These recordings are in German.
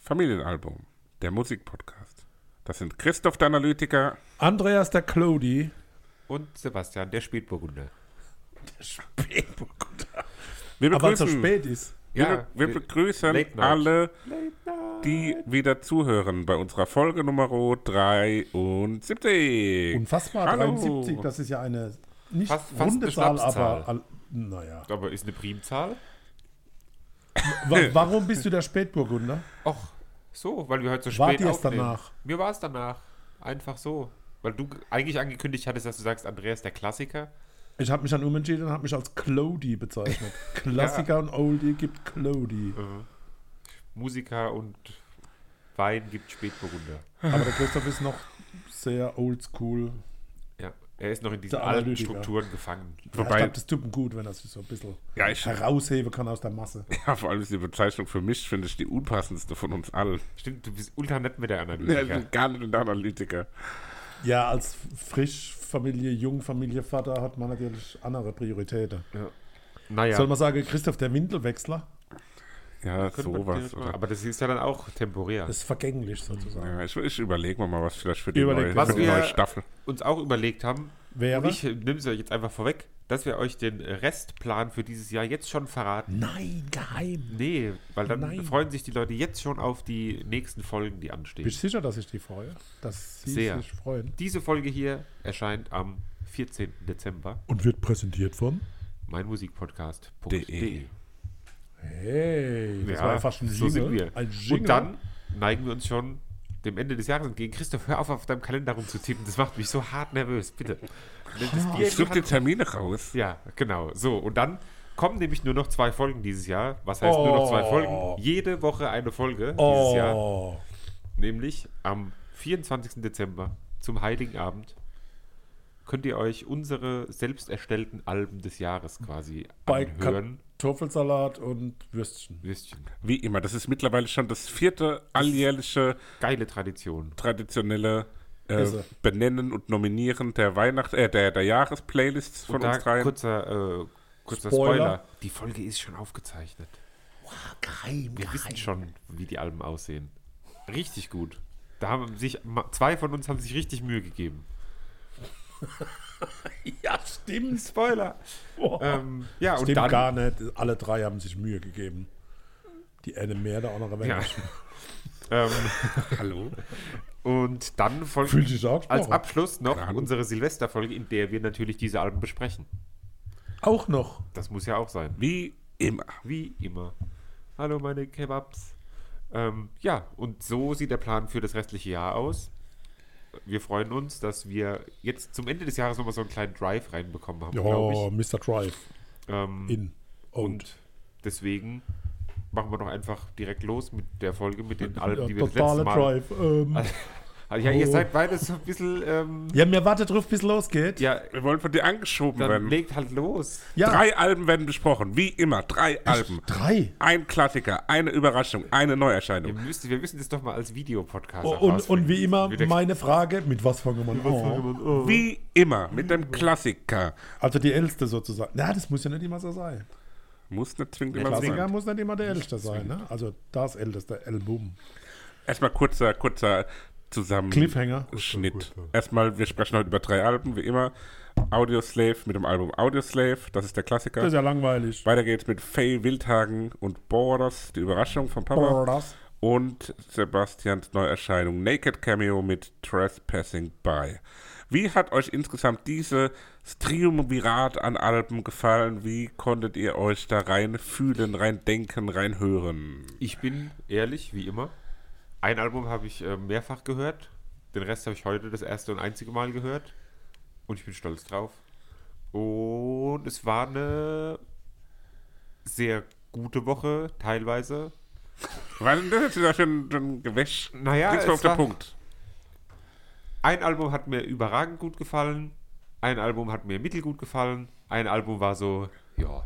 Familienalbum, der Musikpodcast. Das sind Christoph der Analytiker. Andreas der Clody. Und Sebastian, der spielt Burgunder. Wir Aber weil es so begrüßen, spät ist. wir, Ja, wir wir- Late begrüßen Night. alle, die wieder zuhören bei unserer Folge Nummer 73. Unfassbar, Hallo. 73, das ist ja eine nicht Fast- fast runde eine Zahl, Schnapszahl. aber al- naja. Aber ist eine Primzahl? Wa- Warum bist du der Spätburgunder? Och, so, weil wir heute so spät War dir es aufnehmen. danach? Mir war es danach. Einfach so. Weil du eigentlich angekündigt hattest, dass du sagst, Andreas der Klassiker. Ich habe mich dann umentschieden und habe mich als Clody bezeichnet. Klassiker und Oldie gibt Clody. Musiker und Wein gibt Spätburgunder. Aber der Christoph ist noch sehr oldschool. Ja, er ist noch in diesen Der alten Analytiker. Strukturen gefangen. Ja, ich Wobei, glaube, das tut ihm gut, wenn er sich so ein bisschen Ja, ich- herausheben kann aus der Masse. ja, vor allem ist die Bezeichnung für mich, finde ich, die unpassendste von uns allen. Stimmt, du bist ultra nett mit der Ja, Analytiker. Gar nicht ein Analytiker. Ja, als Frischfamilie, Jungfamilie, Vater hat man natürlich andere Prioritäten. Naja, Soll man sagen, Christoph der Windelwechsler? Ja, könnte man sowas. theoretisch machen. Oder? aber das ist ja dann auch temporär. Das ist vergänglich sozusagen. Ja, ich ich überlege mal was vielleicht für die, Überleg neue, mal. für die Was wir- neue Staffel. Uns auch überlegt haben, Wäre? und ich nehme es euch jetzt einfach vorweg, dass wir euch den Restplan für dieses Jahr jetzt schon verraten. Nein, geheim. Nee, weil dann Nein. freuen sich die Leute jetzt schon auf die nächsten Folgen, die anstehen. Bist du sicher, dass ich die freue? Dass sie Sehr. sich freuen. Diese Folge hier erscheint am 14. Dezember. Und wird präsentiert von? meinmusikpodcast.de. Hey, das war einfach schon ein so sind Jingle. wir. Ein Jingle. Und dann neigen wir uns schon dem Ende des Jahres entgegen. Christoph, hör auf, auf deinem Kalender rumzutippen. Das macht mich so hart nervös, bitte. Nimm das Bier in die Ich suche die Hand. Termine raus. Ja, genau. So, und dann kommen nämlich nur noch zwei Folgen dieses Jahr. Was heißt nur noch zwei Folgen? Jede Woche eine Folge dieses Jahr. Oh, Nämlich am 24. Dezember zum Heiligen Abend könnt ihr euch unsere selbst erstellten Alben des Jahres quasi bei anhören. Kartoffelsalat und Würstchen. Würstchen. Wie immer, das ist mittlerweile schon das vierte alljährliche Geile Tradition. traditionelle äh, Ist er. Benennen und Nominieren der Weihnacht äh, der, der Jahresplaylists von und da uns dreien. kurzer, äh, kurzer Spoiler. Spoiler. Die Folge ist schon aufgezeichnet. Geheim, Wir wissen schon, wie die Alben aussehen. Richtig gut. Da haben sich ma- zwei von uns haben sich richtig Mühe gegeben. Ja, stimmt. Spoiler. Ähm, ja, und Stimmt dann gar nicht. Alle drei haben sich Mühe gegeben. Die eine mehr, der andere Ja. weniger. Ähm, Hallo. Und dann folgt Fühlt sich auch als gesprochen. Abschluss noch unsere Silvesterfolge, in der wir natürlich diese Alben besprechen. Auch noch. Das muss ja auch sein. Wie immer. Wie immer. Hallo, meine Kebabs. Ähm, ja, und so sieht der Plan für das restliche Jahr aus. Wir freuen uns, dass wir jetzt zum Ende des Jahres nochmal so einen kleinen Drive reinbekommen haben, Ja, glaube Mr. Drive. ich. Ähm, In. Und. und deswegen machen wir doch einfach direkt los mit der Folge, mit den Alben, Ja, die wir das totale letzte Mal Drive. Ähm. Also, ja, ihr Oh. seid beide so ein bisschen. Ähm, Ja, mir wartet drauf, bis losgeht. ja, Wir wollen von dir angeschoben dann werden. legt halt los. Ja. Drei Alben werden besprochen, wie immer. Drei Alben. Drei. Ein Klassiker, eine Überraschung, eine Ihr Neuerscheinung. müsst, wir müssen das doch mal als Videopodcast auch Oh, Und, und rausfinden. wie immer Wie der- meine Frage, mit was fangen wir an? Wie immer, mit dem Klassiker. Also die Älteste sozusagen. Na, das muss ja nicht immer so sein. Muss nicht zwingend immer Klassiker sein. muss nicht immer der Älteste sein, ne? Also das älteste Album. Erstmal kurzer, kurzer zusammen. Cliffhanger. Schnitt. Erstmal, wir sprechen heute über drei Alben, wie immer. Audio Slave mit dem Album Audio Slave, das ist der Klassiker. Das ist ja langweilig. Weiter geht's mit Faye Wildhagen und Borders, die Überraschung von Papa. Borders. Und Sebastians Neuerscheinung Naked Cameo mit Trespassing By. Wie hat euch insgesamt dieses Triumvirat an Alben gefallen? Wie konntet ihr euch da rein fühlen, rein denken, rein hören? Ich bin ehrlich, wie immer. Ein Album habe ich äh, mehrfach gehört. Den Rest habe ich heute das erste und einzige Mal gehört. Und ich bin stolz drauf. Und es war eine sehr gute Woche, teilweise. Was ist denn das jetzt wieder für ein, für ein Gewäsch? Naja, Bring's mal es auf den war- Punkt. Ein Album hat mir überragend gut gefallen. Ein Album hat mir mittelgut gefallen. Ein Album war so, ja.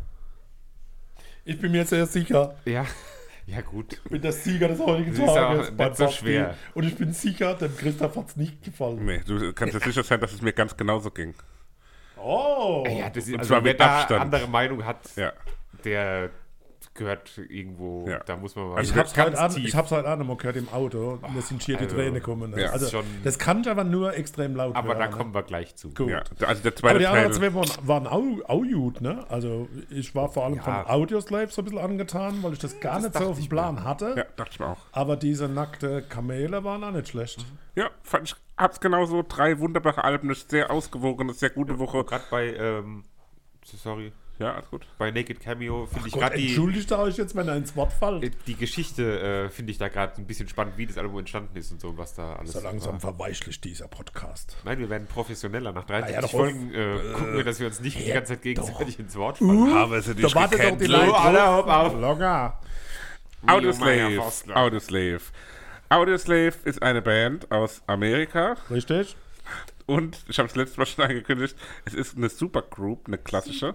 Ich bin mir sehr sicher, Ja, ja gut. ich bin der Sieger des heutigen Das ist ja Tages. auch bei nicht so Basti. schwer. Und ich bin sicher, dem Christoph hat es nicht gefallen. Nee, du kannst dir sicher sein, dass es mir ganz genauso ging. Oh! Ja, das ist, Und also, zwar wer mit da Abstand. andere Meinung hat, Ja. der gehört irgendwo, Ja. da muss man mal. Also Ich hab's, heute an, ich hab's heute auch noch mal gehört im Auto. Mir sind schier die also, Tränen gekommen. ja, also, ist schon- das kann ich aber nur extrem laut aber hören, da ne? kommen wir gleich zu. Gut. Ja, also der Aber zweite die anderen Teil. zwei waren, waren auch, auch gut, ne? Also ich war vor allem Ja. von Audioslave so ein bisschen angetan, weil ich das gar nicht so auf dem Plan hatte. Ja, dachte ich mir auch. Aber diese nackte Kamele waren auch nicht schlecht. Ja, fand ich, hab's genauso. Drei wunderbare Alben, eine sehr ausgewogene, sehr gute Oh Woche. Gerade bei, ähm, sorry, Ja, alles gut. bei Naked Cameo finde ich Gott, gerade die, entschuldigt euch jetzt, wenn er ins Wort fällt. die Geschichte, äh, finde ich da gerade ein bisschen spannend, wie das Album entstanden ist und so und was da alles So langsam war. verweichlicht dieser Podcast. Nein, wir werden professioneller. Nach Ja, 30 doch. Folgen äh, gucken wir, dass wir uns nicht die ganze Zeit gegenseitig ins Wort Uh, fallen. Aber es ist Da wartet doch die So, Leute. alle, hopp auf. Locker. Audioslave. Meier Forstler. Audioslave. Audioslave ist eine Band aus Amerika Richtig? und ich habe es letztes Mal schon angekündigt, es ist eine Supergroup, eine klassische.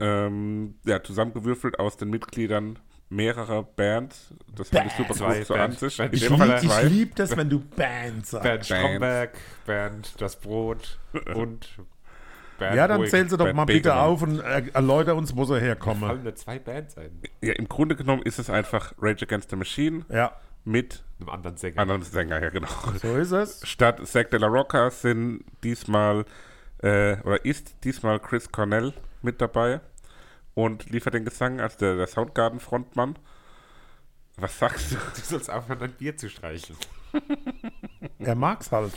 Ähm, ja, zusammengewürfelt aus den Mitgliedern mehrerer Bands. Das hat die Band. Zwei Supergroup so an Band. sich. Band. In Ich dem Fall liebe zwei. lieb das, wenn du Band sagst. Bernd Stromberg, Bernd das Brot und Bernd Ja, dann Ruhig. zählen sie doch Band mal bitte Begemann. auf und er- erläuter uns, wo sie herkommen. Fallen da zwei Bands ein? Ja, Im Grunde genommen ist es einfach Rage Against the Machine Ja, mit Einem anderen Sänger. anderen Sänger, ja genau. so ist es. Statt Zack de la Rocca sind diesmal äh, oder ist diesmal Chris Cornell mit dabei und liefert den Gesang als der, der Soundgarden-Frontmann. Was sagst du? Du sollst aufhören, ein Bier zu streicheln. Er mag's halt.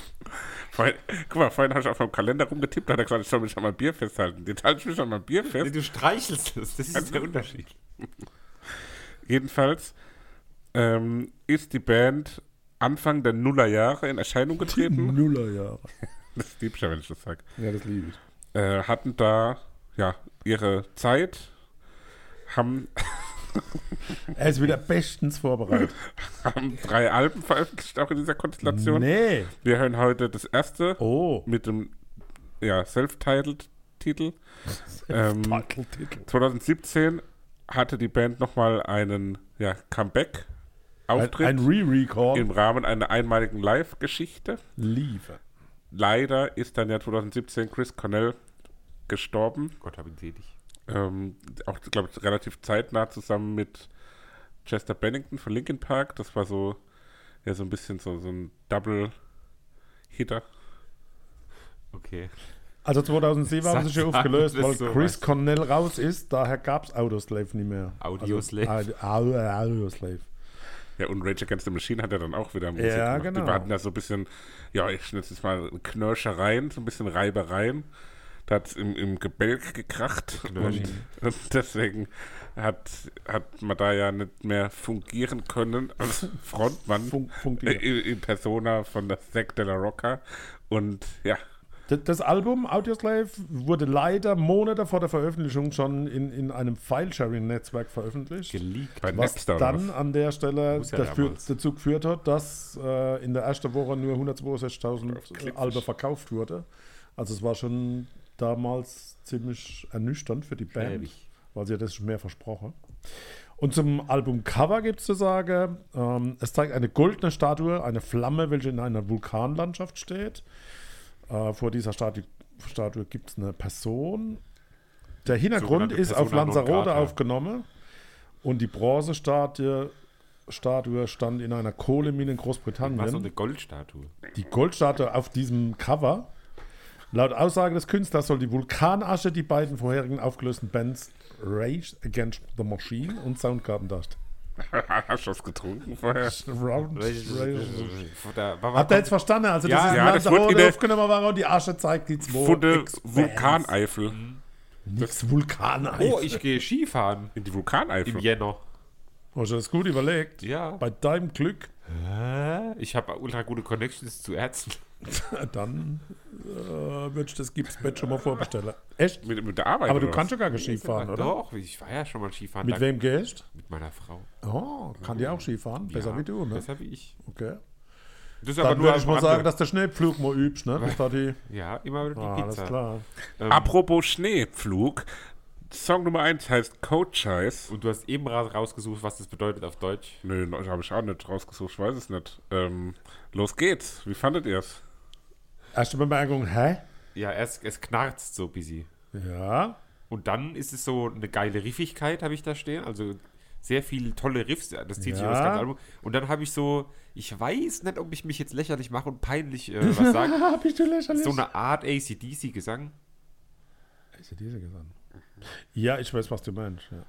Vorhin, guck mal, vorhin habe ich auf meinem Kalender rumgetippt, hat er gesagt, ich soll mich an meinem Bier festhalten. Jetzt halte ich mich an meinem Bier Nee, fest. du streichelst es, das ist der Unterschied. Jedenfalls ähm, ist die Band Anfang der Nullerjahre in Erscheinung getreten. Nullerjahre. Das liebe ich ja, wenn ich das sage. Ja, das liebe ich. äh, hatten da ja ihre Zeit, haben, Er ist wieder bestens vorbereitet. haben drei Alben veröffentlicht, auch in dieser Konstellation. nee. Wir hören heute das erste Oh. mit dem ja, Self-Titled-Titel. ähm, Titel. 2017 hatte die Band nochmal einen ja, Ein, Comeback-Auftritt ein Re-Record. im Rahmen einer einmaligen Live-Geschichte. Liebe. Leider ist dann ja 2017 Chris Cornell gestorben. Gott hab ihn selig. ähm, auch, glaube ich, relativ zeitnah zusammen mit Chester Bennington von Linkin Park. Das war so, ja, so ein bisschen so, so ein Double-Hitter. Okay. Also 2007 haben sie Sag- sich aufgelöst, sag- weil so Chris was. Cornell raus ist. Daher gab's Audioslave nicht mehr. Audioslave. Also, Au- Au- Audioslave. Ja, und Rage Against the Machine hat er dann auch wieder Musik Ja, gemacht. genau. Die hatten da so ein bisschen, ja, ich nenne es jetzt mal Knirschereien, so ein bisschen Reibereien. Da hat es im, im Gebälk gekracht. Und, und deswegen hat, hat man da ja nicht mehr fungieren können als Frontmann. Fun- äh, fungieren. in, in Persona von der Zack de la Rocca. Und ja, Das, das Album Audioslave wurde leider Monate vor der Veröffentlichung schon in, in einem File-Sharing-Netzwerk veröffentlicht. Geleakt. bei Was Napster oder dann an der Stelle Muss ja dafür, damals. dazu geführt hat, dass äh, in der ersten Woche nur 162.000 Alben verkauft wurde. Also es war schon damals ziemlich ernüchternd für die Band, Schäbig. weil sie hat das schon mehr versprochen. Und zum Albumcover gibt es zu sagen, ähm, es zeigt eine goldene Statue, eine Flamme, welche in einer Vulkanlandschaft steht. Äh, vor dieser Statue, Statue gibt es eine Person. Der Hintergrund Sogenannte ist auf Persona non Lanzarote grata. aufgenommen und die Bronzestatue Statue stand in einer Kohlemine in Großbritannien. War so eine Goldstatue. Die Goldstatue auf diesem Cover. Laut Aussage des Künstlers soll die Vulkanasche die beiden vorherigen aufgelösten Bands Rage Against the Machine und Soundgarden darstellen. Hast du was getrunken vorher? Round- Rage- Da war, Habt ihr jetzt verstanden? Also das Ja, ist ja, ein das wird Land, da in wurde der- aufgenommen war und die Asche zeigt die zwei Funde Ex-Bands. Vulkaneifel. Mhm. Nix Vulkaneifel. oh, ich gehe Skifahren In die im Vulkaneifel. Jänner. Hast du das gut überlegt? Ja. Bei deinem Glück, Hä? Ich habe ultra gute Connections zu Ärzten. dann äh, würde ich das Gipsbett schon mal vorbestellen. Echt? Mit, mit der Arbeit. Aber du oder kannst was? ja gar nicht Skifahren, Ach, oder? Doch, ich war ja schon mal Skifahren. Mit Dank- wem gehst Mit meiner Frau. Oh, kann die auch Skifahren? Besser Ja, wie du, ne? Besser wie ich. Okay. Das ist Dann würde am ich mal Rande. sagen, dass der Schneepflug mal übst, ne? Bis da die... Ja, immer wieder die Ah, alles Pizza. klar. Apropos Schneepflug. Song Nummer 1 heißt Code Scheiß. Und du hast eben ra- rausgesucht, was das bedeutet auf Deutsch. Nö, ne, habe ich auch nicht rausgesucht, ich weiß es nicht. Ähm, los geht's. Wie fandet ihr es? Erste Bemerkung, hä? Ja, es, es knarzt so busy. Ja. Und dann ist es so eine geile Riffigkeit, habe ich da stehen. Also sehr viele tolle Riffs, das zieht sich Ja. über das ganze Album. Und dann habe ich so, ich weiß nicht, ob ich mich jetzt lächerlich mache und peinlich äh, was sage. Ah, bist du lächerlich? so eine Art ACDC-Gesang. Ist ja dieser Gesang. Ja, ich weiß, was du meinst. Ja.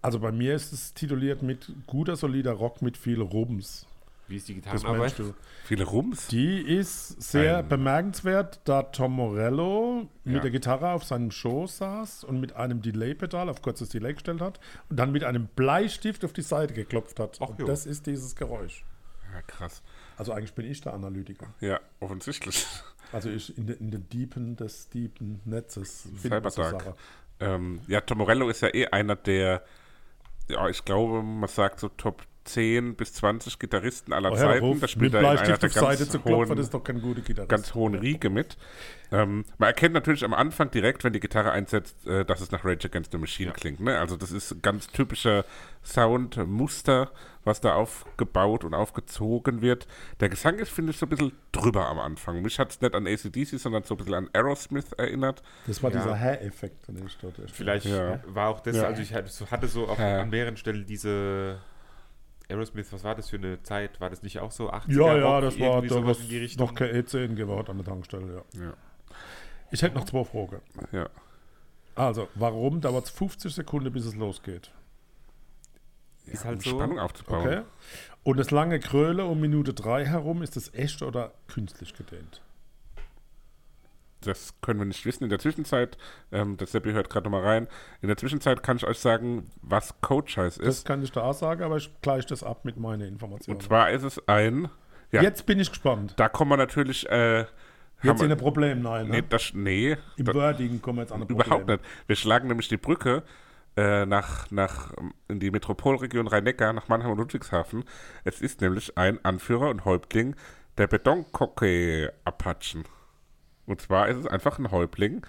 Also bei mir ist es tituliert mit guter, solider Rock mit viel Rums. Wie ist die Das meinst Gitarrenarbeit? du. Viele Rums. Die ist sehr bemerkenswert, da Tom Morello Ja. mit der Gitarre auf seinem Schoß saß und mit einem Delay-Pedal auf kurzes Delay gestellt hat und dann mit einem Bleistift auf die Seite geklopft hat. Ach und jo. das ist dieses Geräusch. Ja, krass. Also eigentlich bin ich der Analytiker. Ja, offensichtlich. Also ich in, de, in den Diepen des Diepen Netzes. findet man so Cyberdark. Sachen. Ähm, ja, Tom Morello ist ja eh einer der, ja, ich glaube, man sagt so Top 10 bis 20 Gitarristen aller Oh, Herr Zeiten. Ruf, Da mit spielt er in einer Bleistift der auf Seite ganz zu klopfen, hohen, ist doch kein guter Gitarrist. ganz hohen Riege mit. Ähm, man erkennt natürlich am Anfang direkt, wenn die Gitarre einsetzt, äh, dass es nach Rage Against the Machine klingt. Ne? Also das ist ein ganz typischer Soundmuster, was da aufgebaut und aufgezogen wird. Der Gesang ist, finde ich, so ein bisschen drüber am Anfang. Mich hat es nicht an ACDC, sondern so ein bisschen an Aerosmith erinnert. Das war Ja. dieser Hä-Effekt, den ich dort Vielleicht Ja. war auch das, Ja. also ich hatte so, hatte so auch Ja. an mehreren Stellen diese Aerosmith, was war das für eine Zeit? War das nicht auch so 80er? Ja, ja, Rock, das war irgendwie da sowas was in die Richtung? noch kein E10 gebaut an der Tankstelle, ja. Ja, Ich hätte noch zwei Fragen. ja. Also, warum dauert es 50 Sekunden, bis es losgeht? Ist um halt so. Spannung aufzubauen. Okay? Und das lange Kröle um Minute 3 herum, ist das echt oder künstlich gedehnt? Das können wir nicht wissen. In der Zwischenzeit, ähm, der Seppi hört gerade nochmal rein, in der Zwischenzeit kann ich euch sagen, was Code Scheiß Das ist. kann ich da auch sagen, aber ich gleiche das ab mit meinen Informationen. Und zwar ist es ein, ja, Jetzt bin ich gespannt. da kommen wir natürlich, äh, haben Jetzt wir, in ein Problem, nein. nee, Ne? das, nee Im da, Wording kommen wir jetzt an ein Problem. überhaupt nicht. Wir schlagen nämlich die Brücke äh, nach, nach, ähm, in die Metropolregion Rhein-Neckar, nach Mannheim und Ludwigshafen. Es ist nämlich ein Anführer und Häuptling der Bedonkoke-Apachen. Und zwar ist es einfach ein Häuptling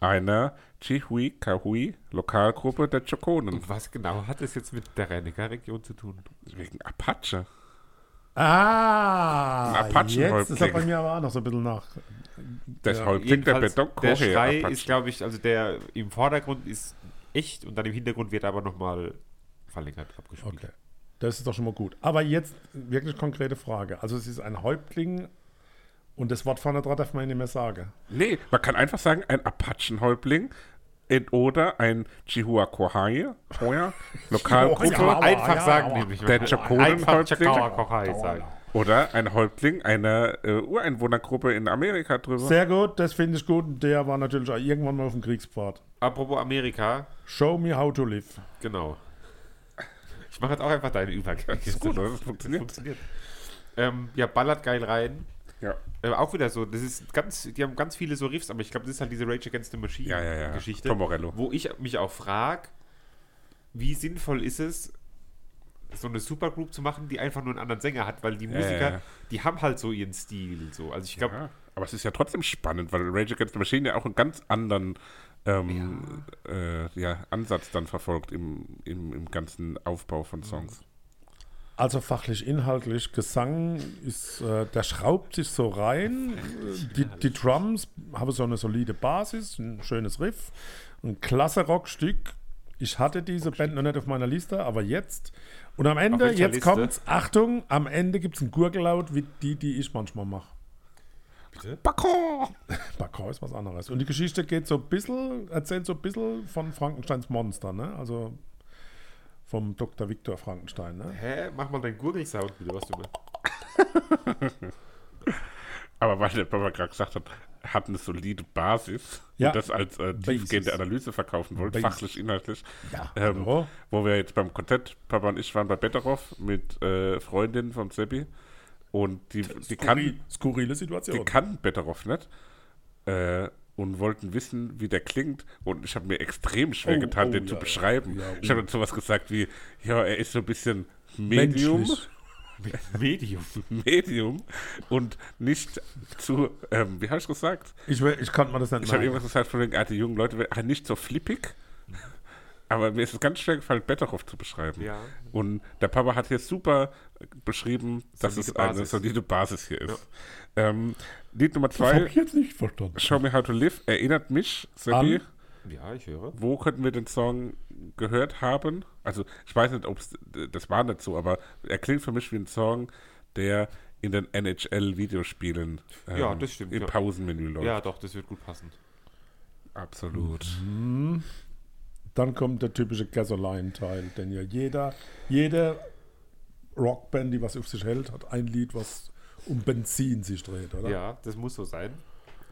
einer Chihui Kahui Lokalgruppe der Chokonen. Und was genau hat das jetzt mit der Rhein-Neckar-Region zu tun? Wegen Apache. Ah, Ein Apachenhäuptling. jetzt ist das bei mir aber auch noch so ein bisschen nach. Der Ja, Häuptling der Jedenfalls, der Schrei ist, Bedonkoke-Apachen. glaube ich, also der im Vordergrund ist echt und dann im Hintergrund wird aber nochmal verlängert abgespielt. Okay. Das ist doch schon mal gut. Aber jetzt wirklich konkrete Frage. Also es ist ein Häuptling und das Wort vorne dran darf man ja nicht mehr sagen. Nee, man kann einfach sagen, ein Apachenhäuptling und- oder ein Chihuahua Hoya Chihuahua. Lokalgruppe Einfach ja, sagen, aber- nämlich. der Einfach Chokonen-Häuptling. Chakawakokai sagen. Oder ein Häuptling einer äh, Ureinwohnergruppe in Amerika drüber. Sehr gut, das finde ich gut. Und Der war natürlich auch irgendwann mal auf dem Kriegspfad. Apropos Amerika, Show me how to live. genau. Ich mache jetzt auch einfach deine Übergang. Das ist gut, oder? Das funktioniert. funktioniert. Ähm, ja, ballert geil rein. Ja. Äh, auch wieder so, das ist ganz, die haben ganz viele so Riffs, aber ich glaube, das ist halt diese Rage Against the Machine Ja, ja, ja. Geschichte. Tom Morello. Wo ich mich auch frage, wie sinnvoll ist es, so eine Supergroup zu machen, die einfach nur einen anderen Sänger hat, weil die ja, Musiker, ja. die haben halt so ihren Stil. So. Also ich glaube, Ja. Aber es ist ja trotzdem spannend, weil Rage Against the Machine ja auch einen ganz anderen ähm, Äh, ja, Ansatz dann verfolgt im, im, im ganzen Aufbau von Songs. Also fachlich, inhaltlich, Gesang ist, äh, der schraubt sich so rein. Äh, Die, die Drums haben so eine solide Basis, ein schönes Riff, ein klasse Rockstück. Ich hatte diese Band noch nicht auf meiner Liste, aber jetzt. Und am Ende, welcher jetzt Liste? kommt's, Achtung, am Ende gibt's einen Gurgelaut, wie die, die ich manchmal mache. Bacon! Bakau ist was anderes. Und die Geschichte geht so ein bisschen, erzählt so ein bisschen von Frankensteins Monster, ne? Also vom Dr. Viktor Frankenstein, ne? Hä? Mach mal deinen Gurgelsound wieder, was du machst. Aber was der Papa gerade gesagt hat, hat eine solide Basis Ja. und das als äh, tiefgehende Basis. Analyse verkaufen wollte, Basis. fachlich, inhaltlich. Ja, Ähm, genau. Wo wir jetzt beim Kontett, Papa und ich waren bei Betteroff mit äh, Freundin vom Seppi und die, die kann skurrile die Situation. kannten Betteroff nicht äh, und wollten wissen, wie der klingt. Und ich habe mir extrem schwer Oh, getan, oh, den ja, zu ja. beschreiben. Ja, oh. Ich habe dann sowas gesagt wie, ja, er ist so ein bisschen Medium, Menschlich. Medium. Medium und nicht zu, ähm, wie habe ich gesagt? Ich, will- ich kann mir das nicht Ich habe merken. irgendwas gesagt von wegen, ah, die jungen Leute, ah, nicht so flippig. Aber mir ist es ganz schwer gefallen, Betteroff zu beschreiben. Ja. Und der Papa hat hier super beschrieben, dass Solide es eine Basis. solide Basis hier ist. Ähm, Lied Nummer Das habe zwei, ich jetzt nicht verstanden. Show Me How to Live, erinnert mich, Seppi, An? Ja, ich höre. wo könnten wir den Song gehört haben? Also, ich weiß nicht, ob es, das war nicht so, aber er klingt für mich wie ein Song, der in den NHL-Videospielen ähm, Ja, das stimmt, im ja. Pausenmenü läuft. Ja, doch, das wird gut passen. Absolut. Dann kommt der typische Gasoline-Teil, denn ja jeder, jede Rockband, die was auf sich hält, hat ein Lied, was um Benzin sich dreht, oder? Ja, das muss so sein.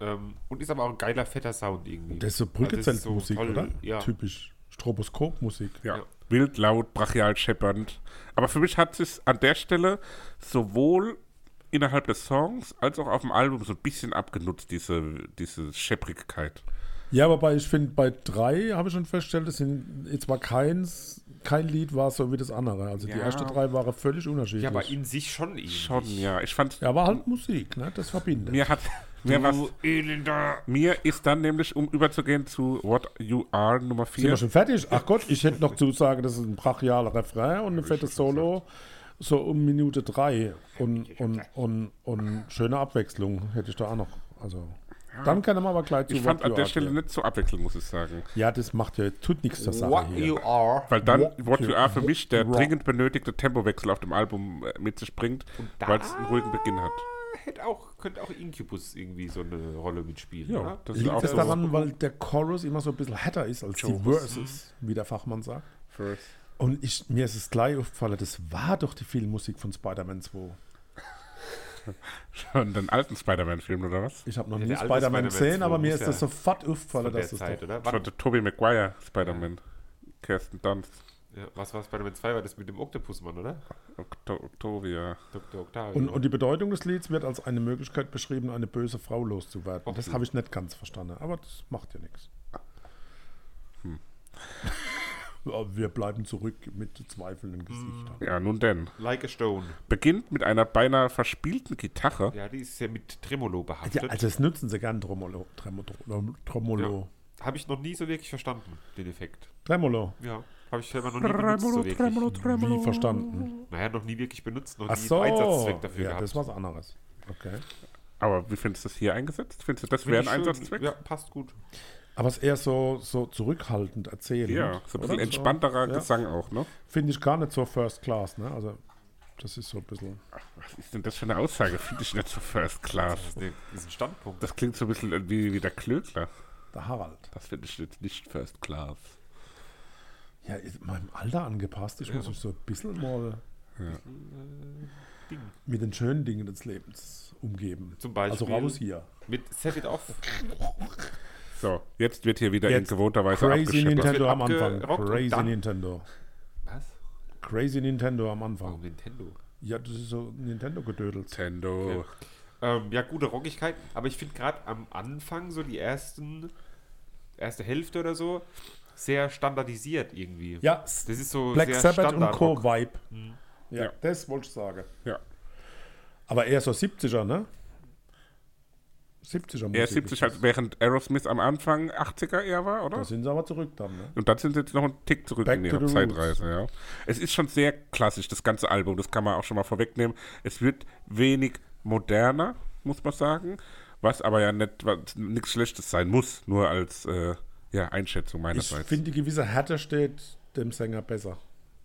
Ähm, und ist aber auch ein geiler, fetter Sound irgendwie. Das ist so Also das ist so Brückezeltmusik, toll, oder? Ja. Typisch Stroboskopmusik. Ja. Ja. Wild, laut, brachial, scheppernd. Aber für mich hat es an der Stelle sowohl innerhalb des Songs als auch auf dem Album so ein bisschen abgenutzt, diese, diese Schepprigkeit. Ja, aber bei, ich finde, bei drei habe ich schon festgestellt, es sind jetzt war keins, kein Lied war so wie das andere. Also die Ja. ersten drei waren völlig unterschiedlich. ja, aber in sich schon ähnlich. Schon, ja. Ich fand, Ja, aber halt Musik, ne? Das verbindet. mir hat. Mir, was, Du elender. mir ist dann nämlich, um überzugehen zu What You Are Nummer Sind 4. wir schon fertig? Ach Gott, ich hätte noch zu sagen, das ist ein brachialer Refrain und ein fettes Solo. So um Minute drei. Und, und, und, und schöne Abwechslung hätte ich da auch noch. Also, dann kann man aber gleich zu Ich fand What an You der Are Stelle gehen. nicht so abwechselnd, muss ich sagen. Ja, das macht ja, tut nichts zur Sache What hier. you are. Weil dann What What You You Are für mich der Are. dringend benötigte Tempowechsel auf dem Album äh, mit sich bringt, da- weil es einen ruhigen Beginn hat. Hätte auch, könnte auch Incubus irgendwie so eine Rolle mitspielen. Ja, oder? das ist Liegt auch das Also so. daran, weil der Chorus immer so ein bisschen härter ist als die Verses, mhm. wie der Fachmann sagt? First. Und ich, mir ist es gleich aufgefallen, das war doch die Filmmusik von Spider-Man 2. Schon den alten Spider-Man-Film, oder was? Ich habe noch Ja, nie der alte Spider-Man Spider-Man gesehen, 2 aber mir muss ist das ja sofort aufgefallen, von der dass das Zeit, doch, oder? Schon Wann, der Tobey Maguire Spider-Man. Kirsten Dunst. ja, was war Spider-Man 2? War das mit dem Oktopusmann, oder? Okto Octavia. Dr. Octavio. Und, und die Bedeutung des Lieds wird als eine Möglichkeit beschrieben, eine böse Frau loszuwerden. Das habe ich nicht ganz verstanden, aber das macht ja nichts. Hm. Ja, Wir bleiben zurück mit Hm. zweifelndem Gesicht. Ja, nun denn. like a Stone. Beginnt mit einer beinahe verspielten Gitarre. Ja, die ist ja mit Tremolo behaftet. Ja, also das nutzen sie gern, Tremolo. Tremolo. Tremolo. Habe ich noch nie so wirklich verstanden, den Effekt. Tremolo. Ja, habe ich selber noch nie benutzt so wirklich. Wie verstanden? Naja, noch nie wirklich benutzt, noch Ach nie so. einen Einsatzzweck dafür ja, gehabt. das ist was anderes. Okay. Aber wie findest du das hier eingesetzt? Findest du, das Finde wäre ich ein schön. Einsatzzweck? Ja, passt gut. Aber es ist eher so, so zurückhaltend erzählen. Ja, so ein bisschen entspannterer Gesang auch, ne? Finde ich gar nicht so First Class, ne? Also, das ist so ein bisschen. Was ist denn das für eine Aussage? Finde ich nicht so First Class. Das ist, ne, das ist ein Standpunkt. Das klingt so ein bisschen wie, wie der Klöckler. Der Harald. Das finde ich jetzt nicht First Class. Ja, ist meinem Alter angepasst. Ich muss mich so ein bisschen mal äh, mit den schönen Dingen des Lebens umgeben. Zum Beispiel- Also raus hier. Mit Set It Off. So, jetzt wird hier wieder in Jetzt gewohnter Weise Crazy abgeschleppt. Nintendo am Wird Anfang. abgerockt und Crazy dann- Nintendo. Was? Crazy Nintendo am Warum Anfang. Nintendo? Ja, das ist so Nintendo-gedödelt. Nintendo. Ähm, ja, gute Rockigkeit, aber ich finde gerade am Anfang so die ersten, erste Hälfte oder so, sehr standardisiert irgendwie. Ja, Das ist so Black sehr Sabbath und Standardrock. Mhm. Co-Vibe. Ja, Ja. das wollte ich sagen. Ja. Aber eher so 70er, ne? 70er Musik. Er ist 70 halt, während Aerosmith am Anfang 80er eher war, oder? Da sind sie aber zurück dann, ne? Und dann sind sie jetzt noch einen Tick zurück Back in to ihrer the Zeitreise, ja. Es ist schon sehr klassisch, das ganze Album, das kann man auch schon mal vorwegnehmen. Es wird wenig moderner, muss man sagen, was aber ja nicht, was nichts Schlechtes sein muss, nur als äh, ja, Einschätzung Ich meinerseits. finde, die gewisse Härte steht dem Sänger besser.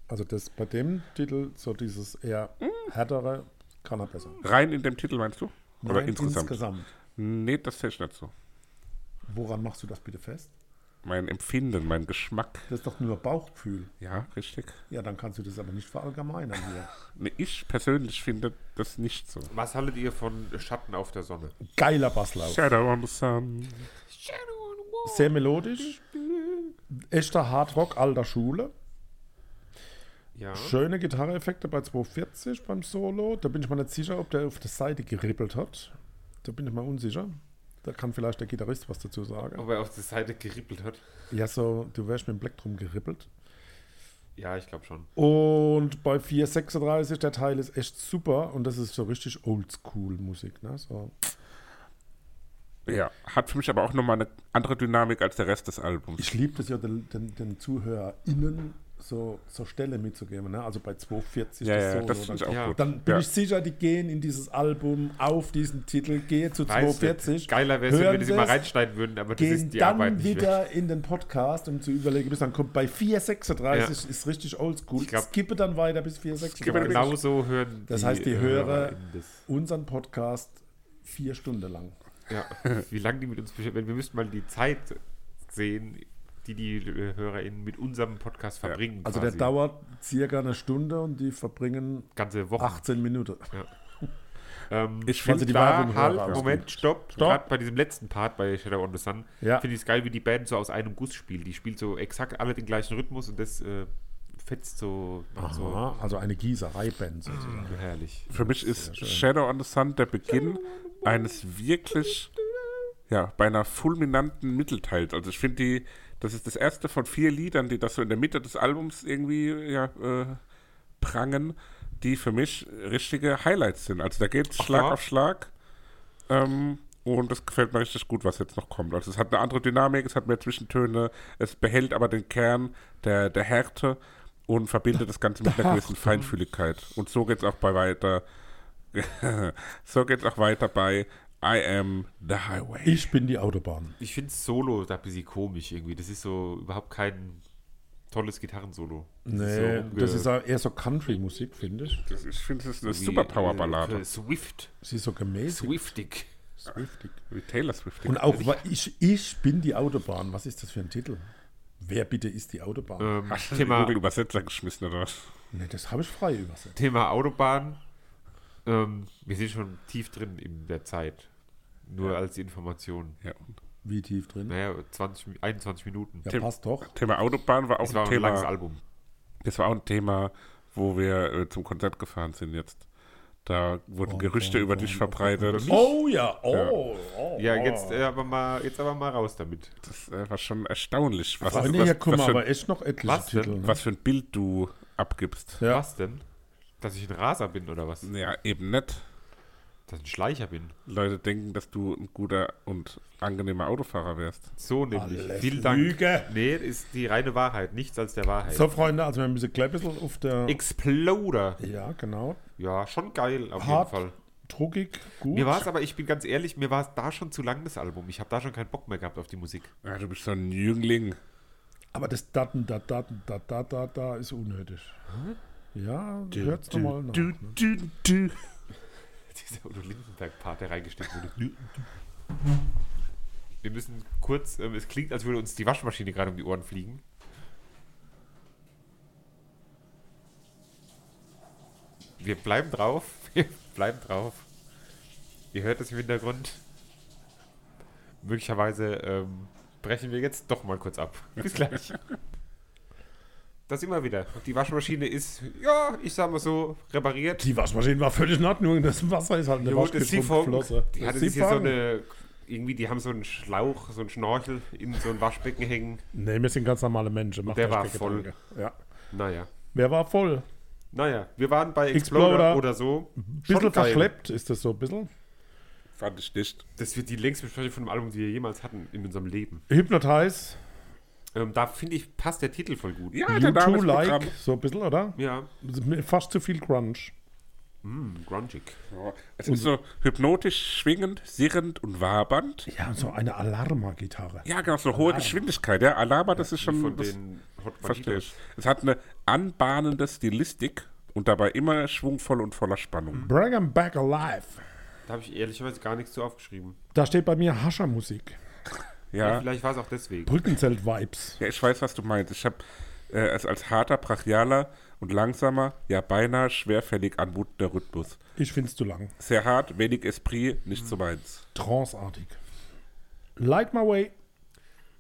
Also das bei dem Titel, so dieses eher härtere, kann er besser. Rein in dem Titel meinst du? Oder Nein, insgesamt? insgesamt. Nee, das sehe ich nicht so. Woran machst du das bitte fest? Mein Empfinden, mein Geschmack. Das ist doch nur Bauchgefühl. Ja, richtig. Ja, dann kannst du das aber nicht verallgemeinern hier. Nee, ich persönlich finde das nicht so. Was haltet ihr von Schatten auf der Sonne? Geiler Basslauf. Shadow on the Sun. ähm, Sehr melodisch. Echter Hardrock alter Schule. Ja. Schöne Gitarreeffekte bei 240 beim Solo. Da bin ich mir nicht sicher, ob der auf der Seite gerippelt hat. Da bin ich mal unsicher. Da kann vielleicht der Gitarrist was dazu sagen. Ob er auf die Seite gerippelt hat? Ja, so, du wärst mit dem Black drum gerippelt. Ja, ich glaube schon. Und bei 436, der Teil ist echt super und das ist so richtig Oldschool-Musik. Ne? So. Ja, hat für mich aber auch nochmal eine andere Dynamik als der Rest des Albums. Ich liebe das ja, den, den, den ZuhörerInnen so, so Stelle mitzugeben. Ne? Also bei 240 ja, ja, das dann, finde ich auch Ja. gut. dann bin ja. ich sicher, die gehen in dieses Album auf diesen Titel, gehe zu Weißt du, 240. Geiler wäre es, wenn wir hören das immer das, reinschneiden würden, aber das Gehen ist die dann Arbeit nicht wieder wert. in den Podcast, um zu überlegen, bis dann kommt bei 436 ist richtig oldschool. Ich glaub- Skippe dann weiter bis Ich glaub, 436. Genau so hören Das heißt, die Hörer HörerInnen das. unseren Podcast vier Stunden lang. Ja, wie lange die mit uns beschäftigen. Wir müssten mal die Zeit sehen, die die äh, HörerInnen mit unserem Podcast verbringen. Also quasi. der dauert circa eine Stunde und die verbringen Ganze Woche. 18 Minuten. Ähm, Ich Also finde die da Werbung halt, höre raus. Moment, stopp. Stopp. Gerade bei diesem letzten Part bei Shadow on the Sun Ja. finde ich es geil, wie die Band so aus einem Guss spielt. Die spielt so exakt alle den gleichen Rhythmus und das äh, fetzt so, macht so Aha, also eine Gießerei-Band sozusagen. herrlich. Für mich ist Shadow on the Sun der Beginn eines wirklich, ja, beinahe fulminanten Mittelteils. Also ich finde die, das ist das erste von vier Liedern, die das so in der Mitte des Albums irgendwie ja, äh, prangen, die für mich richtige Highlights sind. Also da geht Schlag ja. auf Schlag. Ähm, und das gefällt mir richtig gut, was jetzt noch kommt. Also es hat eine andere Dynamik, es hat mehr Zwischentöne, es behält aber den Kern der, der Härte und verbindet das Ganze mit einer gewissen Feinfühligkeit. Und so geht's auch bei weiter. so geht's auch weiter bei I Am the Highway. Ich bin die Autobahn. Ich finde Solo da ein bisschen komisch irgendwie. Das ist so überhaupt kein tolles Gitarrensolo. Das Nee, umge- das ist auch eher so Country-Musik, finde ich. Ich, ich finde, es ist eine wie, super Powerballade. äh, Swift. Sie ist so gemäßigt. Swiftig. Swiftig. Wie Taylor Swift. Und auch wa- ich, ich bin die Autobahn. Was ist das für ein Titel? Wer bitte ist die Autobahn? Ähm, Hast du den Thema, Google Übersetzer geschmissen oder was? Nee, das habe ich frei übersetzt. Thema Autobahn. Ähm, wir sind schon tief drin in der Zeit. Nur als Information. Ja. Wie tief drin? Naja, 20, Mi- 21 Minuten. Ja, Tim. passt doch. Thema Autobahn war auch Das war ein ein langes Thema. Album. Das war auch ein Thema, wo wir äh, zum Konzert gefahren sind jetzt. Da wurden Gerüchte über dich verbreitet. Oh ja, oh. oh Ja, jetzt, äh, aber mal, jetzt aber mal raus damit. Das äh, war schon erstaunlich, was, Freunde, was, hier kommen was, für, aber echt noch etliche Was denn? Titel. Ne? was für ein Bild du abgibst. Ja. Was denn? Dass ich ein Raser bin oder was? Ja, eben nicht. Dass ich ein Schleicher bin. Leute denken, dass du ein guter und angenehmer Autofahrer wärst. So nämlich. Alles Vielen Dank. Lüge. Nee, ist die reine Wahrheit. Nichts als der Wahrheit. So, Freunde, also wir müssen gleich ein bisschen auf der. Exploder. ja, genau. Ja, schon geil auf Hart, jeden Fall. druckig, gut. Mir war es aber, ich bin ganz ehrlich, mir war es da schon zu lang, das Album. Ich habe da schon keinen Bock mehr gehabt auf die Musik. Ja, du bist so ein Jüngling. aber das Daten, da, Daten, da, da, da, da ist unnötig. Ja, hört's doch mal nach. Du, du, du. Dieser Udo Lindenberg-Part, der reingesteckt wurde. Wir müssen kurz, ähm, es klingt, als würde uns die Waschmaschine gerade um die Ohren fliegen. Wir bleiben drauf. Wir bleiben drauf. Ihr hört es im Hintergrund. Möglicherweise ähm, brechen wir jetzt doch mal kurz ab. Bis gleich. Das immer wieder. Die Waschmaschine ist, ja, ich sag mal so, repariert. Die Waschmaschine war völlig in Ordnung. Das Wasser ist halt eine Jo, das Siphon, Waschmaschinenflosse. die hatte das hier so eine, irgendwie, die haben so einen Schlauch, so einen Schnorchel in so ein Waschbecken hängen. Nee, wir sind ganz normale Menschen. Macht Der euch war keine voll. Gedanken. Ja. Naja. Wer war voll? Naja, wir waren bei Exploder, Exploder. oder so. Mhm. Bisschen Schon geil. verschleppt ist das so ein bisschen. Fand ich nicht. Das wird die längste Besprechung von einem Album, die wir jemals hatten in unserem Leben. Hypnotize, Ähm, da finde ich, passt der Titel voll gut. Ja, der Name ist Programm. U2-like, so ein bisschen, oder? Ja. Fast zu viel Crunch. Mm, grungig. Ja, es ist so hypnotisch, schwingend, sirrend und wabernd. Ja, so eine Alarma-Gitarre. Ja, genau, so hohe Geschwindigkeit. Ja, Alaba, das ist schon. Von das, den Hot verstehe ich. Banditos. Es hat eine anbahnende Stilistik und dabei immer schwungvoll und voller Spannung. Hm. Bring 'em back alive. Da habe ich ehrlicherweise gar nichts zu aufgeschrieben. Da steht bei mir Haschermusik. Ja. Ja, vielleicht war es auch deswegen. Brückenzelt-Vibes. ja ich weiß, was du meinst. Ich habe äh, es als harter, brachialer und langsamer, ja beinahe schwerfällig anmutender Rhythmus. Ich find's zu lang. Sehr hart, wenig Esprit, Hm. nicht so meins. Tranceartig. Light My Way.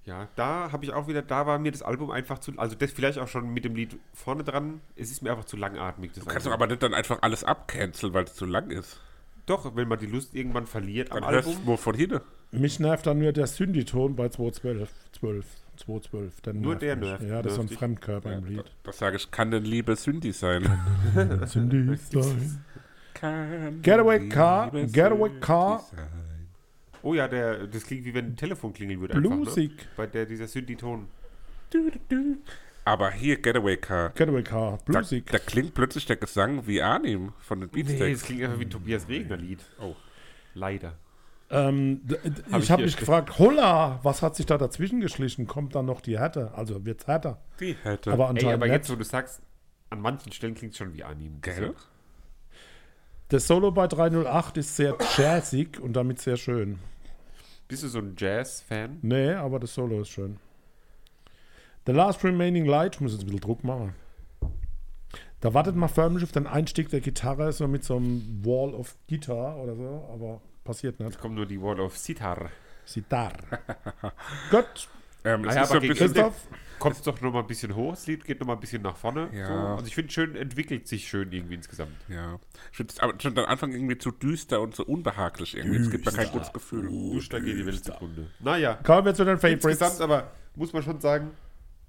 Ja, da habe ich auch wieder, da war mir das Album einfach zu, also das vielleicht auch schon mit dem Lied vorne dran, es ist mir einfach zu langatmig. Das Kannst du Album. aber nicht dann einfach alles abcanceln, weil es zu lang ist. Doch, wenn man die Lust irgendwann verliert am Dann hörst du Album, nur von hinten. Mich nervt dann nur der Synditon bei 212. 12. 212. Der Nur nervt der mich. nervt- Ja, das ist so ein nervt dich. Fremdkörper im Lied. Das sage ich, kann denn liebe Cindy sein? Cindy sein. Kann Getaway liebe Car, Cindy Getaway Car. sein. oh ja, der, das klingt wie wenn ein Telefon klingeln würde. Einfach, Bluesig. ne? Bei der, dieser Synthi-Ton. Aber hier, Getaway Car. Getaway Car. Da, Bluesig. da klingt plötzlich der Gesang wie Arnim von den Nee, das Beatsteaks. klingt einfach wie ein Tobias Regner-Lied. Oh, leider. Ähm, d- d- Hab ich ich habe hier mich stehen. gefragt, holla, was hat sich da dazwischen geschlichen? Kommt dann noch die Härte? Also wird's härter. die hätte. Aber Ey, anscheinend aber jetzt, nicht. wo du sagst, an manchen Stellen klingt es schon wie Anim. Gell? Das Solo bei 308 ist sehr jazzig und damit sehr schön. Bist du so ein Jazz-Fan? Nee, aber das Solo ist schön. The Last Remaining Light, ich muss jetzt ein bisschen Druck machen. Da wartet man förmlich auf den Einstieg der Gitarre, so mit so einem Wall of Guitar oder so, aber passiert nicht. Jetzt kommt nur die Wall of Sitar. Sitar. Gut, Ähm, es Ah ja, ist so ein aber gegen bisschen, Ende Christoph? kommt es doch noch mal ein bisschen hoch. Das Lied geht noch mal ein bisschen nach vorne. Ja. So. Also ich finde schön, entwickelt sich schön irgendwie insgesamt. ja. Ich finde es aber schon am Anfang irgendwie zu düster und so unbehaglich irgendwie. Es gibt mir kein gutes Gefühl. Duster geht die Welt zugrunde. Naja, kommen wir zu den insgesamt Favorites. aber muss man schon sagen,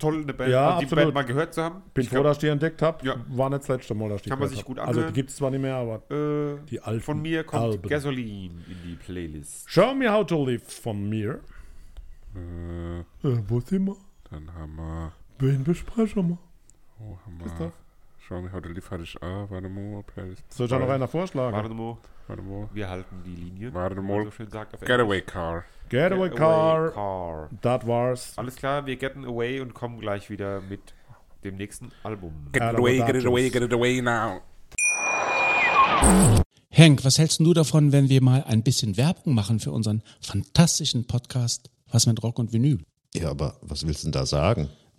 toll eine Band, Ja, also die absolut. Band mal gehört zu haben. Bin Ich froh, glaub, dass ich die entdeckt habe. Ja. War nicht das letzte Mal, dass ich die Kann man gehört sich gut hab. anhören. Also die gibt es zwar nicht mehr, aber äh, die alten von mir kommt Alben. Gasoline in die Playlist. Show Me How to Live von mir. Äh, Äh, wo sind wir? dann haben wir. Wen besprechen wir? Wo haben Christoph? wir? Schau mir heute liefert ich ah, warte mal, Playlist. Soll ich da noch einer vorschlagen? Warnemo, Warte mal. wir halten die Linie. Warte wie man Also so mal. schön sagt auf Getaway Englisch. Car. Getaway, Car, Car. das war's. Alles klar, wir getten away und kommen gleich wieder mit dem nächsten Album. Get Ja, it aber away, da get it away, tschüss. get it away now. Henk, was hältst du davon, wenn wir mal ein bisschen Werbung machen für unseren fantastischen Podcast Was mit Rock und Vinyl? Ja, aber was willst du denn da sagen?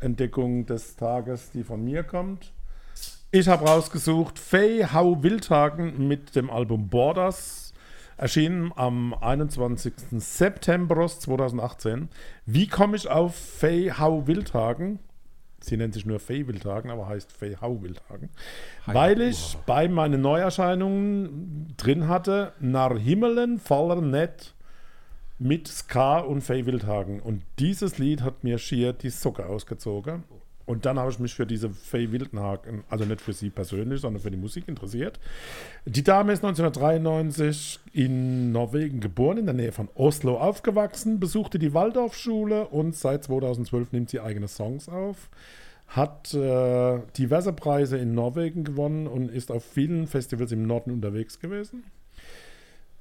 Entdeckung des Tages, die von mir kommt. Ich habe rausgesucht Faye Hau Wildhagen mit dem Album Borders, erschienen am 21. September 2018. Wie komme ich auf Faye Hau Wildhagen? Sie nennt sich nur Faye Wildhagen, aber heißt Faye Hau Wildhagen. Weil ich bei meinen Neuerscheinungen drin hatte, Nar Himmelen faller net mit Ska und Faye Wildhagen. Und dieses Lied hat mir schier die Socke ausgezogen. Und dann habe ich mich für diese Faye Wildhagen, also nicht für sie persönlich, sondern für die Musik interessiert. Die Dame ist 1993 in Norwegen geboren, in der Nähe von Oslo aufgewachsen, besuchte die Waldorfschule und seit 2012 nimmt sie eigene Songs auf, hat äh, diverse Preise in Norwegen gewonnen und ist auf vielen Festivals im Norden unterwegs gewesen.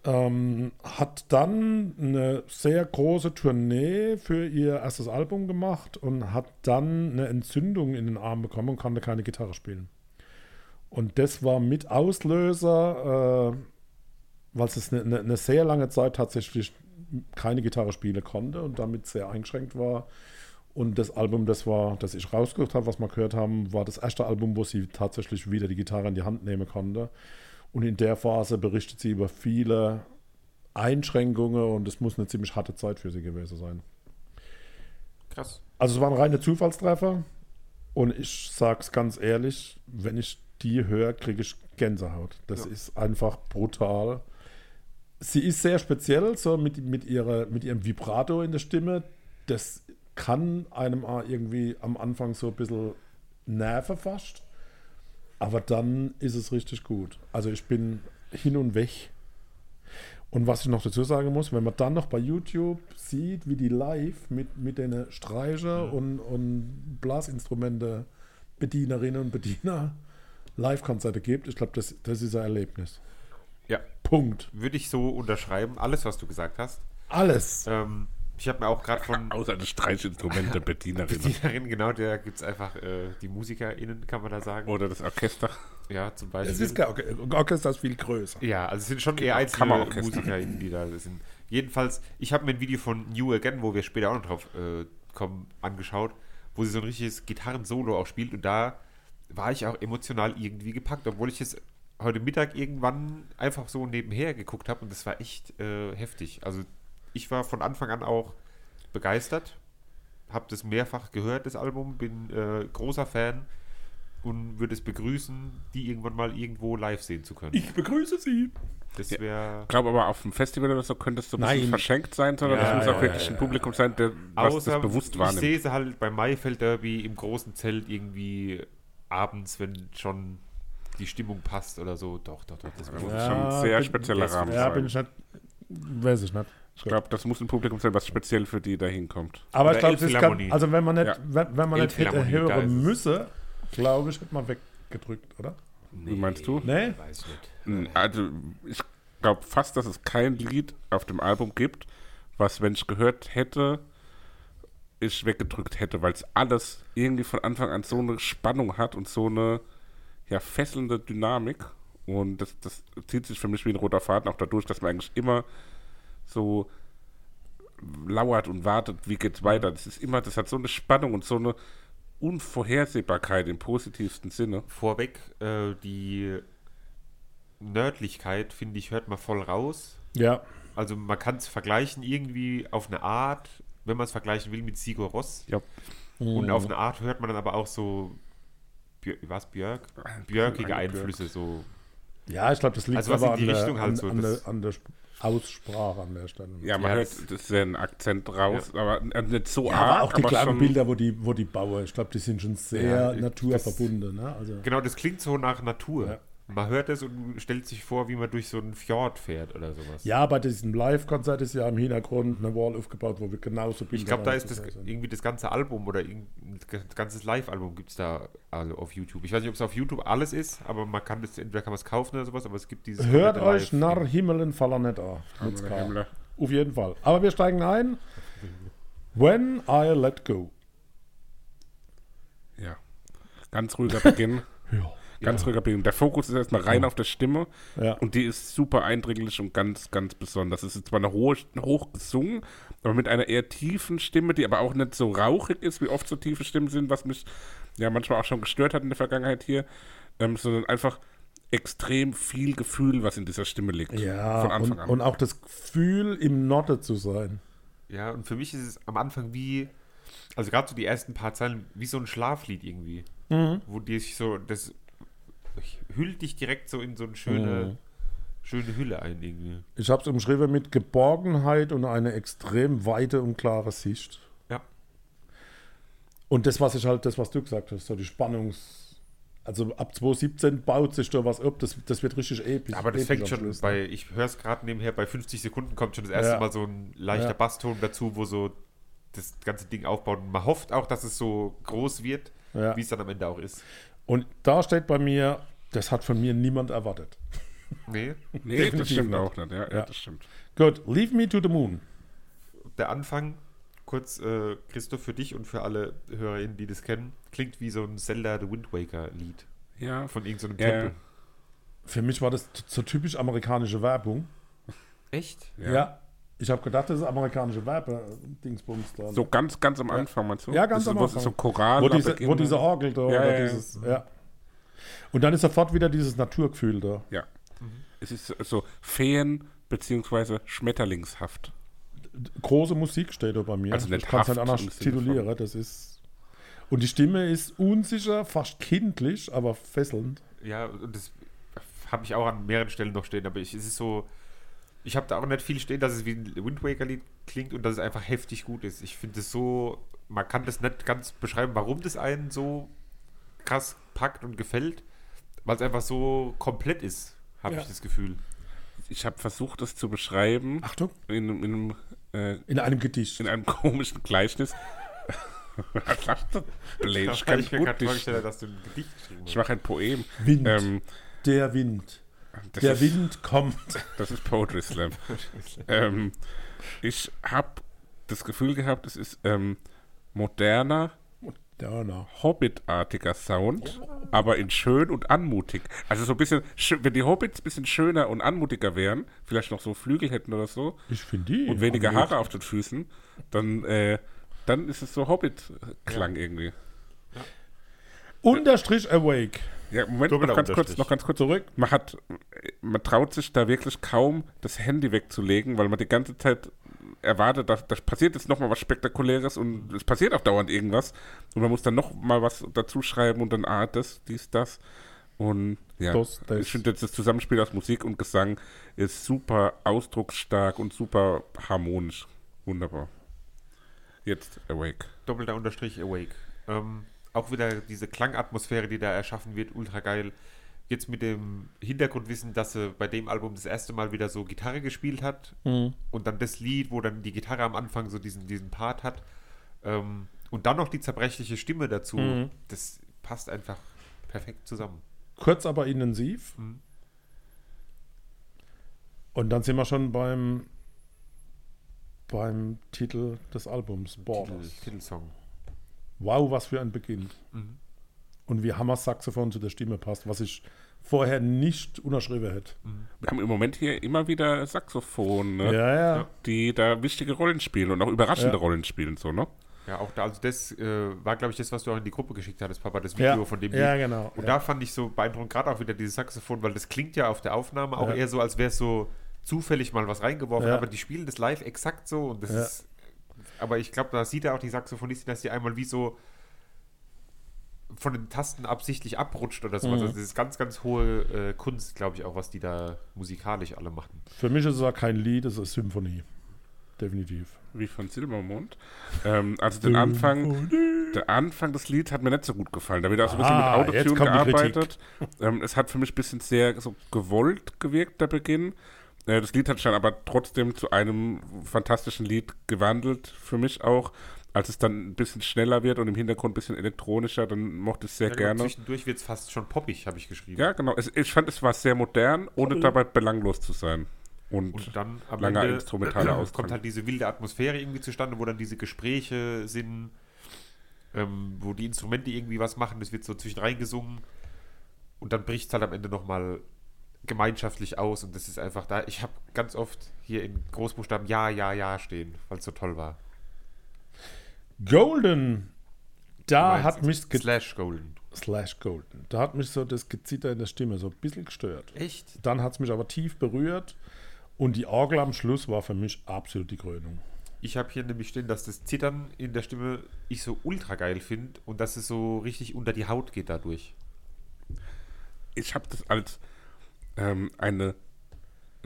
Ähm, hat dann eine sehr große Tournee für ihr erstes Album gemacht und hat dann eine Entzündung in den Arm bekommen und konnte keine Gitarre spielen. Und das war mit Auslöser, äh, weil es eine, eine, eine sehr lange Zeit tatsächlich keine Gitarre spielen konnte und damit sehr eingeschränkt war. Und das Album, das war, das ich rausgesucht habe, was wir gehört haben, war das erste Album, wo sie tatsächlich wieder die Gitarre in die Hand nehmen konnte. Und in der Phase berichtet sie über viele Einschränkungen und es muss eine ziemlich harte Zeit für sie gewesen sein. Krass. Also es waren reine Zufallstreffer und ich sag's ganz ehrlich, wenn ich die höre, kriege ich Gänsehaut. Das Ja. ist einfach brutal. Sie ist sehr speziell, so mit, mit, ihrer, mit ihrem Vibrato in der Stimme. Das kann einem auch irgendwie am Anfang so ein bisschen nerven fast. Aber dann ist es richtig gut. Also ich bin hin und weg. Und was ich noch dazu sagen muss, wenn man dann noch bei YouTube sieht, wie die live mit, mit den Streicher und, und Blasinstrumente Bedienerinnen und Bediener Live-Konzerte gibt, ich glaube, das, das ist ein Erlebnis. Ja, Punkt. würde ich so unterschreiben. Alles, was du gesagt hast. Alles. Ähm, ich habe mir auch gerade von Außer das Streichinstrument der Bedienerin. Bedienerin, genau, da gibt es einfach äh, die MusikerInnen, kann man da sagen. Oder das Orchester. ja, zum Beispiel. Es ist kein Orche- Orchester ist viel größer. Ja, also es sind schon eher einzelne Kammerorchester. Musiker, die da sind. Jedenfalls, ich habe mir ein Video von New Again, wo wir später auch noch drauf äh, kommen, angeschaut, wo sie so ein richtiges Gitarrensolo auch spielt und da war ich auch emotional irgendwie gepackt, obwohl ich es heute Mittag irgendwann einfach so nebenher geguckt habe und das war echt äh, heftig. Also ich war von Anfang an auch begeistert, habe das mehrfach gehört, das Album, bin äh, großer Fan und würde es begrüßen, die irgendwann mal irgendwo live sehen zu können. Ich begrüße Sie. Das wäre Ich glaube aber auf dem Festival oder so könnte es so ein bisschen Nein. verschenkt sein, sondern Ja, es muss ja, auch wirklich ein Publikum sein, der was das bewusst ich wahrnimmt. sehe sie halt beim Maifeld Derby im großen Zelt irgendwie abends, wenn schon die Stimmung passt oder so. Doch, doch, doch. Das Da muss muss ich schon ein Ja, sehr bin- spezieller Rahmen Ja, bin sein. ich nicht. Weiß ich nicht. Ich glaube, das muss ein Publikum sein, was speziell für die da hinkommt. Aber Oder ich glaube, das Elbphilharmonie. kann, also wenn man nicht, Ja. wenn, wenn man nicht hätte Elbphilharmonie, da ist hören es. müsse, glaube ich, hätte man weggedrückt, oder? Wie meinst du? Nee? weiß nicht. Also, ich glaube fast, dass es kein Lied auf dem Album gibt, was, wenn ich gehört hätte, ich weggedrückt hätte, weil es alles irgendwie von Anfang an so eine Spannung hat und so eine ja, fesselnde Dynamik. Und das, das zieht sich für mich wie ein roter Faden auch dadurch, dass man eigentlich immer so lauert und wartet, wie geht's weiter. Das ist immer, das hat so eine Spannung und so eine Unvorhersehbarkeit im positivsten Sinne. Vorweg, äh, die Nördlichkeit, finde ich, hört man voll raus. Ja. Also man kann es vergleichen irgendwie auf eine Art, wenn man es vergleichen will, mit Sigur Ross. Ja. Und auf eine Art hört man dann aber auch so, Björ- was, Björk? Björkige Einflüsse, so Ja, ich glaube, das liegt Also was aber in die an, der, Richtung halt an, so, an, das- der, an der Sp- Aussprache an der Stelle. Ja, man Ja, hört das- das ist ja ein Akzent raus, aber äh, nicht so Ja, arg, aber auch die aber kleinen schon, Bilder, wo die, wo die Bauer, ich glaube, die sind schon sehr Ja, das- naturverbunden. Ne? Also, Genau, das klingt so nach Natur. Ja. Man hört es und stellt sich vor, wie man durch so einen Fjord fährt oder sowas. ja, bei diesem Live-Konzert ist ja im Hintergrund eine Wall aufgebaut, wo wir genauso Bilder Ich glaube, da haben. ist das irgendwie das ganze Album oder irgend- das ganze Live-Album gibt es da also auf YouTube. Ich weiß nicht, ob es auf YouTube alles ist, aber man kann das, entweder kann man es kaufen oder sowas, aber es gibt dieses. Hört komplette euch Live- nach Himmelen faller nicht an. Mit K. Himmler. Auf jeden Fall. Aber wir steigen ein. When I Let Go. Ja. Ganz ruhiger Beginn. Ja. Ganz ruhiger Beginn. Der Fokus ist erstmal rein auf der Stimme Ja. und die ist super eindringlich und ganz, ganz besonders. Es ist zwar eine hohe, hoch gesungen, aber mit einer eher tiefen Stimme, die aber auch nicht so rauchig ist, wie oft so tiefe Stimmen sind, was mich ja manchmal auch schon gestört hat in der Vergangenheit hier, ähm, sondern einfach extrem viel Gefühl, was in dieser Stimme liegt. von Ja, und, Anfang an. und auch das Gefühl, im Norte zu sein. Ja, und für mich ist es am Anfang wie, also gerade so die ersten paar Zeilen, wie so ein Schlaflied irgendwie. Wo die sich so, das hüllt dich direkt so in so eine schöne, schöne Hülle ein irgendwie. Ich habe es umschrieben mit Geborgenheit und eine extrem weite und klare Sicht. Ja. Und das, was ich halt, das, was du gesagt hast, so die Spannungs... Also ab 2017 baut sich da was ab, das, das wird richtig episch. Aber das episch am fängt schon Schluss. ne? bei, ich höre es gerade nebenher, bei 50 Sekunden kommt schon das erste Ja. Mal so ein leichter Ja. Basston dazu, wo so das ganze Ding aufbaut. Und man hofft auch, dass es so groß wird, Ja. wie es dann am Ende auch ist. Und da steht bei mir, das hat von mir niemand erwartet. Nee, nee, das definitiv stimmt nicht. auch nicht. Ja, ja. Ja. das stimmt. Gut, Leave Me to the Moon. der Anfang, kurz äh, Christoph für dich und für alle HörerInnen, die das kennen, klingt wie so ein Zelda The Wind Waker Lied Ja, von irgendeinem Ja, ja. Tempel. Für mich war das t- so typisch amerikanische Werbung. Echt? Ja. Ich habe gedacht, das ist amerikanische Werbe-Dingsbums da. So ganz, ganz am Anfang, meinst du? Ja, ganz das, am wo es Anfang. So Choral wo, am diese, Beginn wo dann- diese Orgel da. Ja, oder ja, ja. Dieses, ja. Und dann ist sofort wieder dieses Naturgefühl da. Ja. Es ist so- so Feen- beziehungsweise Schmetterlingshaft. Große Musik steht da bei mir. Also nicht ich kann es Haft nicht anders im Sinne titulieren. Das ist. Und die Stimme ist unsicher, fast kindlich, aber fesselnd. Ja, und das habe ich auch an mehreren Stellen noch stehen, aber ich, es ist so, ich habe da auch nicht viel stehen, dass es wie ein Wind Waker-Lied klingt und dass es einfach heftig gut ist. Ich finde es so, man kann das nicht ganz beschreiben, warum das einen so krass packt und gefällt, weil es einfach so komplett ist, habe Ja. ich das Gefühl. Ich habe versucht, das zu beschreiben Achtung, in, in, einem, äh, in einem Gedicht. in einem komischen Gleichnis. Was lachst du? Blöd, ich Weil kann mir gut gerade nicht. vorgestellt, dass du ein Gedicht geschrieben hast. Ich mache ein Poem. Wind. Ähm, Der Wind. das Der ist, Wind kommt. Das ist Poetry Slam. ähm, ich habe das Gefühl gehabt, es ist ähm, moderner, Ja, na. Hobbit-artiger Sound, aber in schön und anmutig. Also so ein bisschen, schö- wenn die Hobbits ein bisschen schöner und anmutiger wären, vielleicht noch so Flügel hätten oder so Ich finde die. und weniger anmutig. Haare auf den Füßen, dann, äh, dann ist es so Hobbit-Klang irgendwie. Unterstrich awake. Ja, Moment, Doppelter genau noch ganz kurz, Unterstrich. noch ganz kurz zurück. Man hat, man traut sich da wirklich kaum, das Handy wegzulegen, weil man die ganze Zeit erwartet, dass das passiert jetzt nochmal was Spektakuläres und es passiert auch dauernd irgendwas. Und man muss dann nochmal was dazu schreiben und dann, ah, das, dies, das. Und ja, Das, das. ich finde jetzt das Zusammenspiel aus Musik und Gesang ist super ausdrucksstark und super harmonisch. Wunderbar. Jetzt Awake. Doppelter Unterstrich Awake. Ähm, auch wieder diese Klangatmosphäre, die da erschaffen wird, ultra geil. Jetzt mit dem Hintergrundwissen, dass sie bei dem Album das erste Mal wieder so Gitarre gespielt hat und dann das Lied, wo dann die Gitarre am Anfang so diesen, diesen Part hat ähm, und dann noch die zerbrechliche Stimme dazu, das passt einfach perfekt zusammen. Kurz, aber intensiv. Mhm. Und dann sind wir schon beim, beim Titel des Albums, Titel, Borders. Titelsong. Wow, was für ein Beginn. Mhm. Und wie Hammer Saxophon zu der Stimme passt, was ich vorher nicht unterschrieben hätte. Mhm. Wir haben im Moment hier immer wieder Saxophon, ne? Ja, ja. die da wichtige Rollen spielen und auch überraschende Rollen spielen, so, ne? Ja, auch da, also das äh, war, glaube ich, das, was du auch in die Gruppe geschickt hattest, Papa, das Ja. Video von dem Ja, Lied. genau, Und ja. da fand ich so beeindruckend, gerade auch wieder dieses Saxophon, weil das klingt ja auf der Aufnahme auch Ja. eher so, als wäre es so zufällig mal was reingeworfen, Ja. aber die spielen das live exakt so und das Ja. ist, aber ich glaube, da sieht ja auch die Saxophonistin, dass die einmal wie so von den Tasten absichtlich abrutscht oder sowas. Mhm. Also das ist ganz, ganz hohe äh, Kunst, glaube ich, auch, was die da musikalisch alle machen. Für mich ist es auch kein Lied, es ist Symphonie. Definitiv. Wie von Silbermond. ähm, also den Anfang, der Anfang des Lieds hat mir nicht so gut gefallen. Da wird auch so ein bisschen Ah, mit jetzt Autotune kommt die Kritik. gearbeitet. Ähm, es hat für mich ein bisschen sehr so gewollt gewirkt, der Beginn. Äh, das Lied hat sich dann aber trotzdem zu einem fantastischen Lied gewandelt, für mich auch. Als es dann ein bisschen schneller wird und im Hintergrund ein bisschen elektronischer, dann mochte ich es sehr Ja, genau, gerne. Zwischendurch wird es fast schon poppig, habe ich geschrieben. Ja, genau. Es, ich fand, es war sehr modern, ohne dabei belanglos zu sein. Und, Mhm. Und dann am langer Ende instrumentaler Austrag. kommt halt diese wilde Atmosphäre irgendwie zustande, wo dann diese Gespräche sind, ähm, wo die Instrumente irgendwie was machen, es wird so zwischendrein gesungen und dann bricht es halt am Ende nochmal gemeinschaftlich aus und das ist einfach da. Ich habe ganz oft hier in Großbuchstaben Ja, Ja, Ja stehen, weil es so toll war. Golden. Da Ah, hat Meinst- mich ge- Slash Golden. slash Golden. Da hat mich so das Gezitter in der Stimme so ein bisschen gestört. Echt? Dann hat es mich aber tief berührt und die Orgel am Schluss war für mich absolut die Krönung. Ich habe hier nämlich stehen, dass das Zittern in der Stimme ich so ultra geil finde und dass es so richtig unter die Haut geht dadurch. ich habe das als ähm, eine,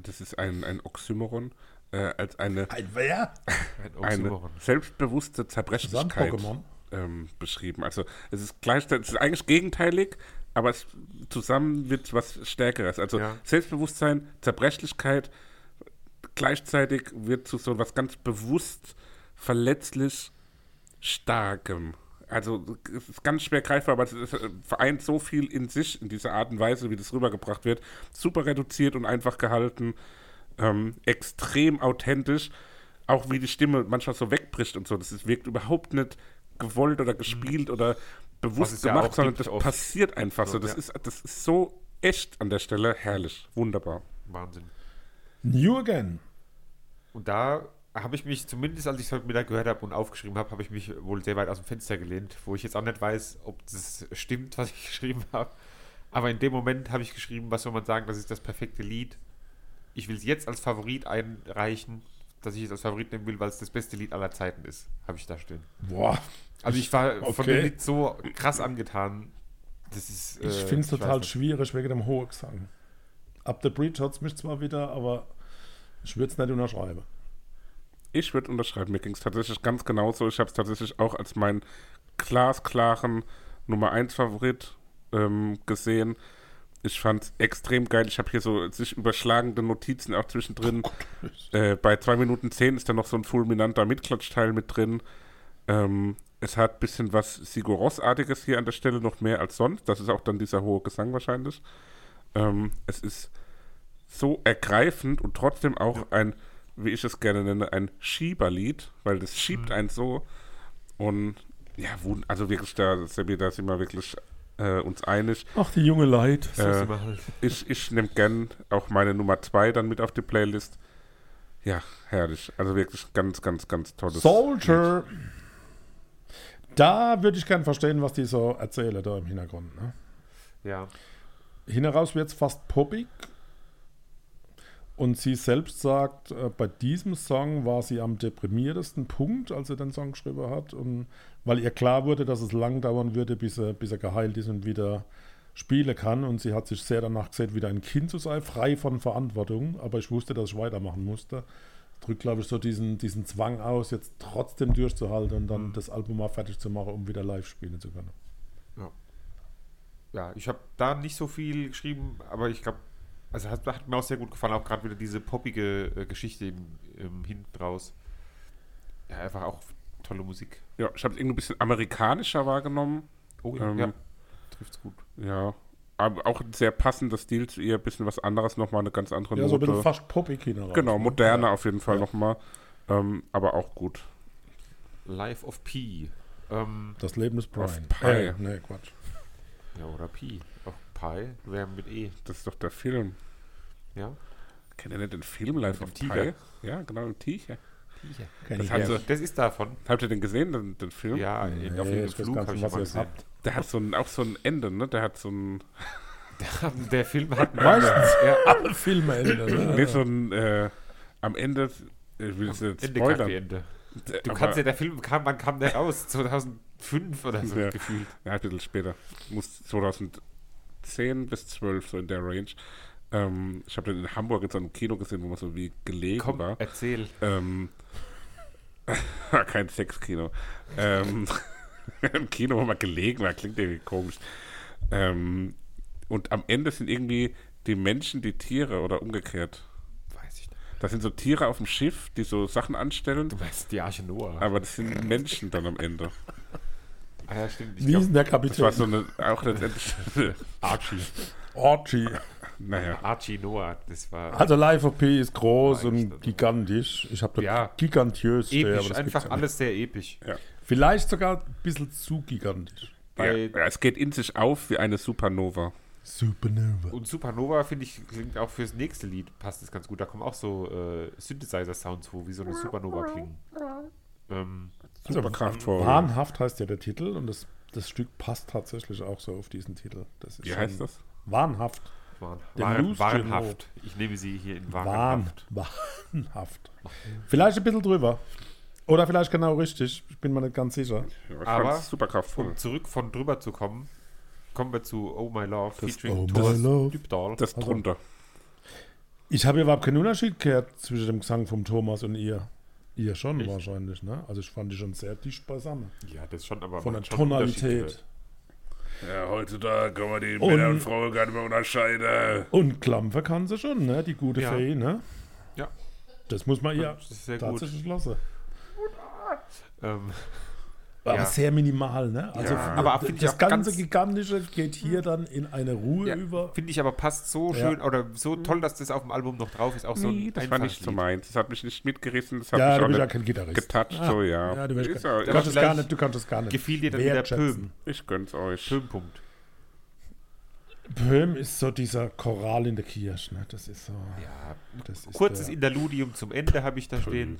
das ist ein, ein Oxymoron, äh, als eine, Ein wer? Ein eine Oxymoron. selbstbewusste Zerbrechlichkeit Sand-Pokémon? ähm, beschrieben. Also es ist gleichzeitig, es ist eigentlich gegenteilig, aber es, zusammen wird was Stärkeres. Also Ja. Selbstbewusstsein, Zerbrechlichkeit, gleichzeitig wird zu so was ganz bewusst verletzlich Starkem. Also es ist ganz schwer greifbar, aber es ist, äh, vereint so viel in sich, in dieser Art und Weise, wie das rübergebracht wird. Super reduziert und einfach gehalten, ähm, extrem authentisch, auch wie die Stimme manchmal so wegbricht und so. Das ist, wirkt überhaupt nicht gewollt oder gespielt oder Mhm. Was es bewusst ja gemacht, auch sondern gibt das oft. passiert einfach so. So, Das, ja. ist, das ist so echt an der Stelle herrlich, wunderbar. Wahnsinn. New Again. Und da habe ich mich, zumindest als ich es heute Mittag gehört habe und aufgeschrieben habe, habe ich mich wohl sehr weit aus dem Fenster gelehnt, wo ich jetzt auch nicht weiß, ob das stimmt, was ich geschrieben habe. Aber in dem Moment habe ich geschrieben, was soll man sagen, das ist das perfekte Lied. Ich will es jetzt als Favorit einreichen, dass ich es als Favorit nehmen will, weil es das beste Lied aller Zeiten ist, habe ich da stehen. Boah, Also ich war von Okay. dem Lied so krass angetan. Das ist, ich äh, finde es weiß total nicht. schwierig wegen dem hohen Gesang. Ab der Bridge hat es mich zwar wieder, aber ich würde es nicht unterschreiben. Ich würde unterschreiben, mir ging es tatsächlich ganz genauso. Ich habe es tatsächlich auch als meinen glasklaren Nummer 1 Favorit ähm, gesehen. Ich fand es extrem geil. Ich habe hier so sich überschlagende Notizen auch zwischendrin. Äh, bei 2 Minuten 10 ist da noch so ein fulminanter Mitklatschteil mit drin. Ähm, es hat ein bisschen was Sigur Ross-artiges hier an der Stelle, noch mehr als sonst. Das ist auch dann dieser hohe Gesang wahrscheinlich. Ähm, es ist so ergreifend und trotzdem auch ein, wie ich es gerne nenne, ein Schieberlied, weil Mhm. das schiebt einen so. Und ja, wun- also wirklich, da, Sebi, da sind wir wirklich äh, uns einig. Ach, die junge Leid. So Äh, sind wir halt. Ich, ich nehme gern auch meine Nummer 2 dann mit auf die Playlist. Ja, herrlich. Also wirklich ganz, ganz, ganz tolles. Soldier. Da würde ich gern verstehen, was die so erzählen da im Hintergrund. Ne? Ja. Hinaus wird es fast poppig. Und sie selbst sagt, äh, bei diesem Song war sie am deprimiertesten Punkt, als sie den Song geschrieben hat. Und weil ihr klar wurde, dass es lang dauern würde, bis er, bis er geheilt ist und wieder spielen kann. Und sie hat sich sehr danach gesehen, wieder ein Kind zu sein, frei von Verantwortung. Aber ich wusste, dass ich weitermachen musste. Drückt, glaube ich, so diesen, diesen Zwang aus, jetzt trotzdem durchzuhalten und dann das Album mal fertig zu machen, um wieder live spielen zu können. ja, ich habe da nicht so viel geschrieben, aber ich glaube, also hat, hat mir auch sehr gut gefallen, auch gerade wieder diese poppige äh, Geschichte im, im hinten raus. Ja, einfach auch tolle Musik. Ja, ich habe es irgendwie ein bisschen amerikanischer wahrgenommen. Oh ja, Ähm, ja. trifft's gut. Ja. Aber auch ein sehr passender Stil zu ihr, ein bisschen was anderes nochmal, eine ganz andere Ja, so ein bisschen Note. fast poppig hinaus. Genau, ne? moderner auf jeden Fall nochmal. Ähm, aber auch gut. Life of Pi. Ähm, Das Leben ist Brian. Auf Pi. Äh, nee, Quatsch. ja, oder Pi. Auch Pi wäre mit E. Das ist doch der Film. Ja. Kennt ihr nicht den Film Life of Mit dem Tiger. Pi? Ja, genau, den Tiger. Kenn Das ich hat ja so- Also, das ist davon. Habt ihr den gesehen, den, den Film? Ja, Nee, auf dem ich weiß Flug gar habe ich nicht, mal was ihr jetzt gesehen. habt. Der hat so ein, auch so ein Ende, ne? Der hat so ein, Der Film hat Meistens ja, alle Filme ne? ändern. nee, so ein, äh, am Ende, ich will es nicht Ende, Kacke, spoilern. Ende. Der- Du aber- kannst ja, der Film kam, wann kam der raus? 2005 oder so Ja. gefühlt. Ja, ein bisschen später. Muss 2010 bis 12, so in der Range. Ähm, ich habe den in Hamburg in so einem Kino gesehen, wo man so wie gelegen Komm, war. erzähl. Ähm, kein Sexkino. Ähm, Im Kino, wo man gelegen war, klingt irgendwie komisch. Ähm, und am Ende sind irgendwie die Menschen die Tiere oder umgekehrt. Weiß ich nicht. Da sind so Tiere auf dem Schiff, die so Sachen anstellen, Du meinst die Arche Noah. aber das sind Menschen dann am Ende. ah ja, stimmt. Ich Wie ist denn glaub, der Das war Kapitän? so eine, auch letztendlich, Archie. Orgy. naja. Archie Noah, das war Also Life of P ist groß Weiß und gigantisch. Ich habe da Ja. gigantiös stehen, aber episch. das gibt's Einfach ja nicht. alles sehr episch. Vielleicht sogar ein bisschen zu gigantisch. Ja, Bei- ja, es geht in sich auf wie eine Supernova. Supernova. Und Supernova, finde ich, klingt auch fürs nächste Lied, passt es ganz gut. Da kommen auch so äh, Synthesizer-Sounds, wo wie so eine Supernova klingen. Ähm, Superkraftvoll. Wahnhaft heißt ja der Titel und das, das Stück passt tatsächlich auch so auf diesen Titel. Das ist Wie schon- heißt das? Wahnhaft. waren, Der waren, Loose warenhaft. Ich nehme sie hier in Wahn, Warenhaft. wahnhaft. Vielleicht ein bisschen drüber. Oder vielleicht genau richtig. Ich bin mir nicht ganz sicher. Ja, ich Aber- fand's superkraftvoll. Um zurück von drüber zu kommen, kommen wir zu Oh My Love featuring Oh My Thomas Love. Dybdahl. Das drunter. Ich habe überhaupt keinen Unterschied gehört zwischen dem Gesang vom Thomas und ihr. Ihr schon wahrscheinlich, ne? Also ich fand die schon sehr dicht beisammen. ja, das ist schon aber Von der macht schon Tonalität Unterschiede. Ja, heutzutage kann man die Und- Männer und Frauen gar nicht mehr unterscheiden. und Klampfe kann sie schon, ne? Die gute Ja. Fee, ne? Ja. Das muss man ihr Das ist sehr gut. tatsächlich lassen. Ähm, Aber Ja. sehr minimal, ne? Also Ja. f- Aber d- finde ich das auch ganze ganz- Gigantische geht hier dann in eine Ruhe ja, über. Finde ich aber passt so Ja. schön oder so toll, dass das auf dem Album noch drauf ist. Auch so ein Nee, das war nicht einfaches so Lied. meins. Das hat mich nicht mitgerissen. Das hat Ja, mich du auch bist ja nicht kein Gitarrist. getoucht. so, ja. Ja, du, bist Ist kein, ja- du, aber kannst es gar vielleicht nicht, du kannst es gar nicht. Gefiel dir dann wieder wertschätzen. Pöhm. ich gönn's euch. Pöhm-Punkt. Böhm ist so dieser Choral in der Kirche. Ne? Das ist so. Ja, Das ist kurzes der- Interludium zum Ende habe ich da stehen.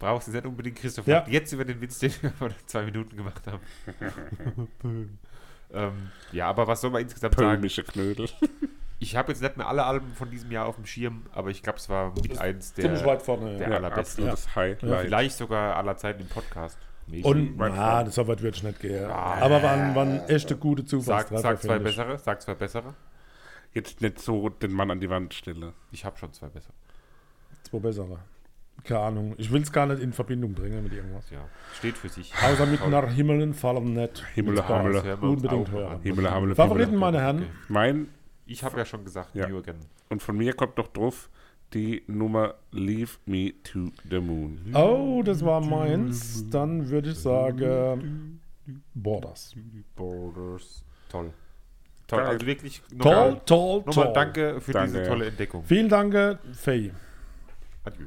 Brauchst du nicht unbedingt, Christoph. Ja. lacht Jetzt über den Witz, den wir vor zwei Minuten gemacht haben. Böhm. ähm, ja, aber was soll man insgesamt sagen? Böhmische Knödel. Ich habe jetzt nicht mehr alle Alben von diesem Jahr auf dem Schirm, aber ich glaube, es war mit eins der, Ziemlich weit vorne. der Ja. Ja, allerbesten. absolutes Highlight. Vielleicht sogar aller Zeiten im Podcast. Maybe. Und, Right na, front. das wird es nicht gehen. Aber waren, waren echte gute sag, Zufallstreffer. sag zwei finde ich. bessere, sag zwei bessere. Jetzt nicht so den Mann an die Wand stelle. Ich habe schon zwei bessere. Zwei bessere. Keine Ahnung. Ich will es gar nicht in Verbindung bringen mit irgendwas. Ja, steht für sich. Außer mit nach Himmeln fallen nicht. Himmel, Mit Spaß. Himmel. Hören wir uns Unbedingt auch hören. an. Himmel, Himmel, Favoriten, Himmel. meine Herren. Mein, Ich habe ja schon gesagt, Ja. New Again. und von mir kommt noch drauf die Nummer Leave Me to the Moon. Oh, das war meins. Dann würde ich sagen Borders. Borders. Toll. Toll, Geil. also wirklich nochmal, Toll, toll, nochmal toll. danke für Danke, diese ja. tolle Entdeckung. Vielen Dank, äh, Faye. Adieu.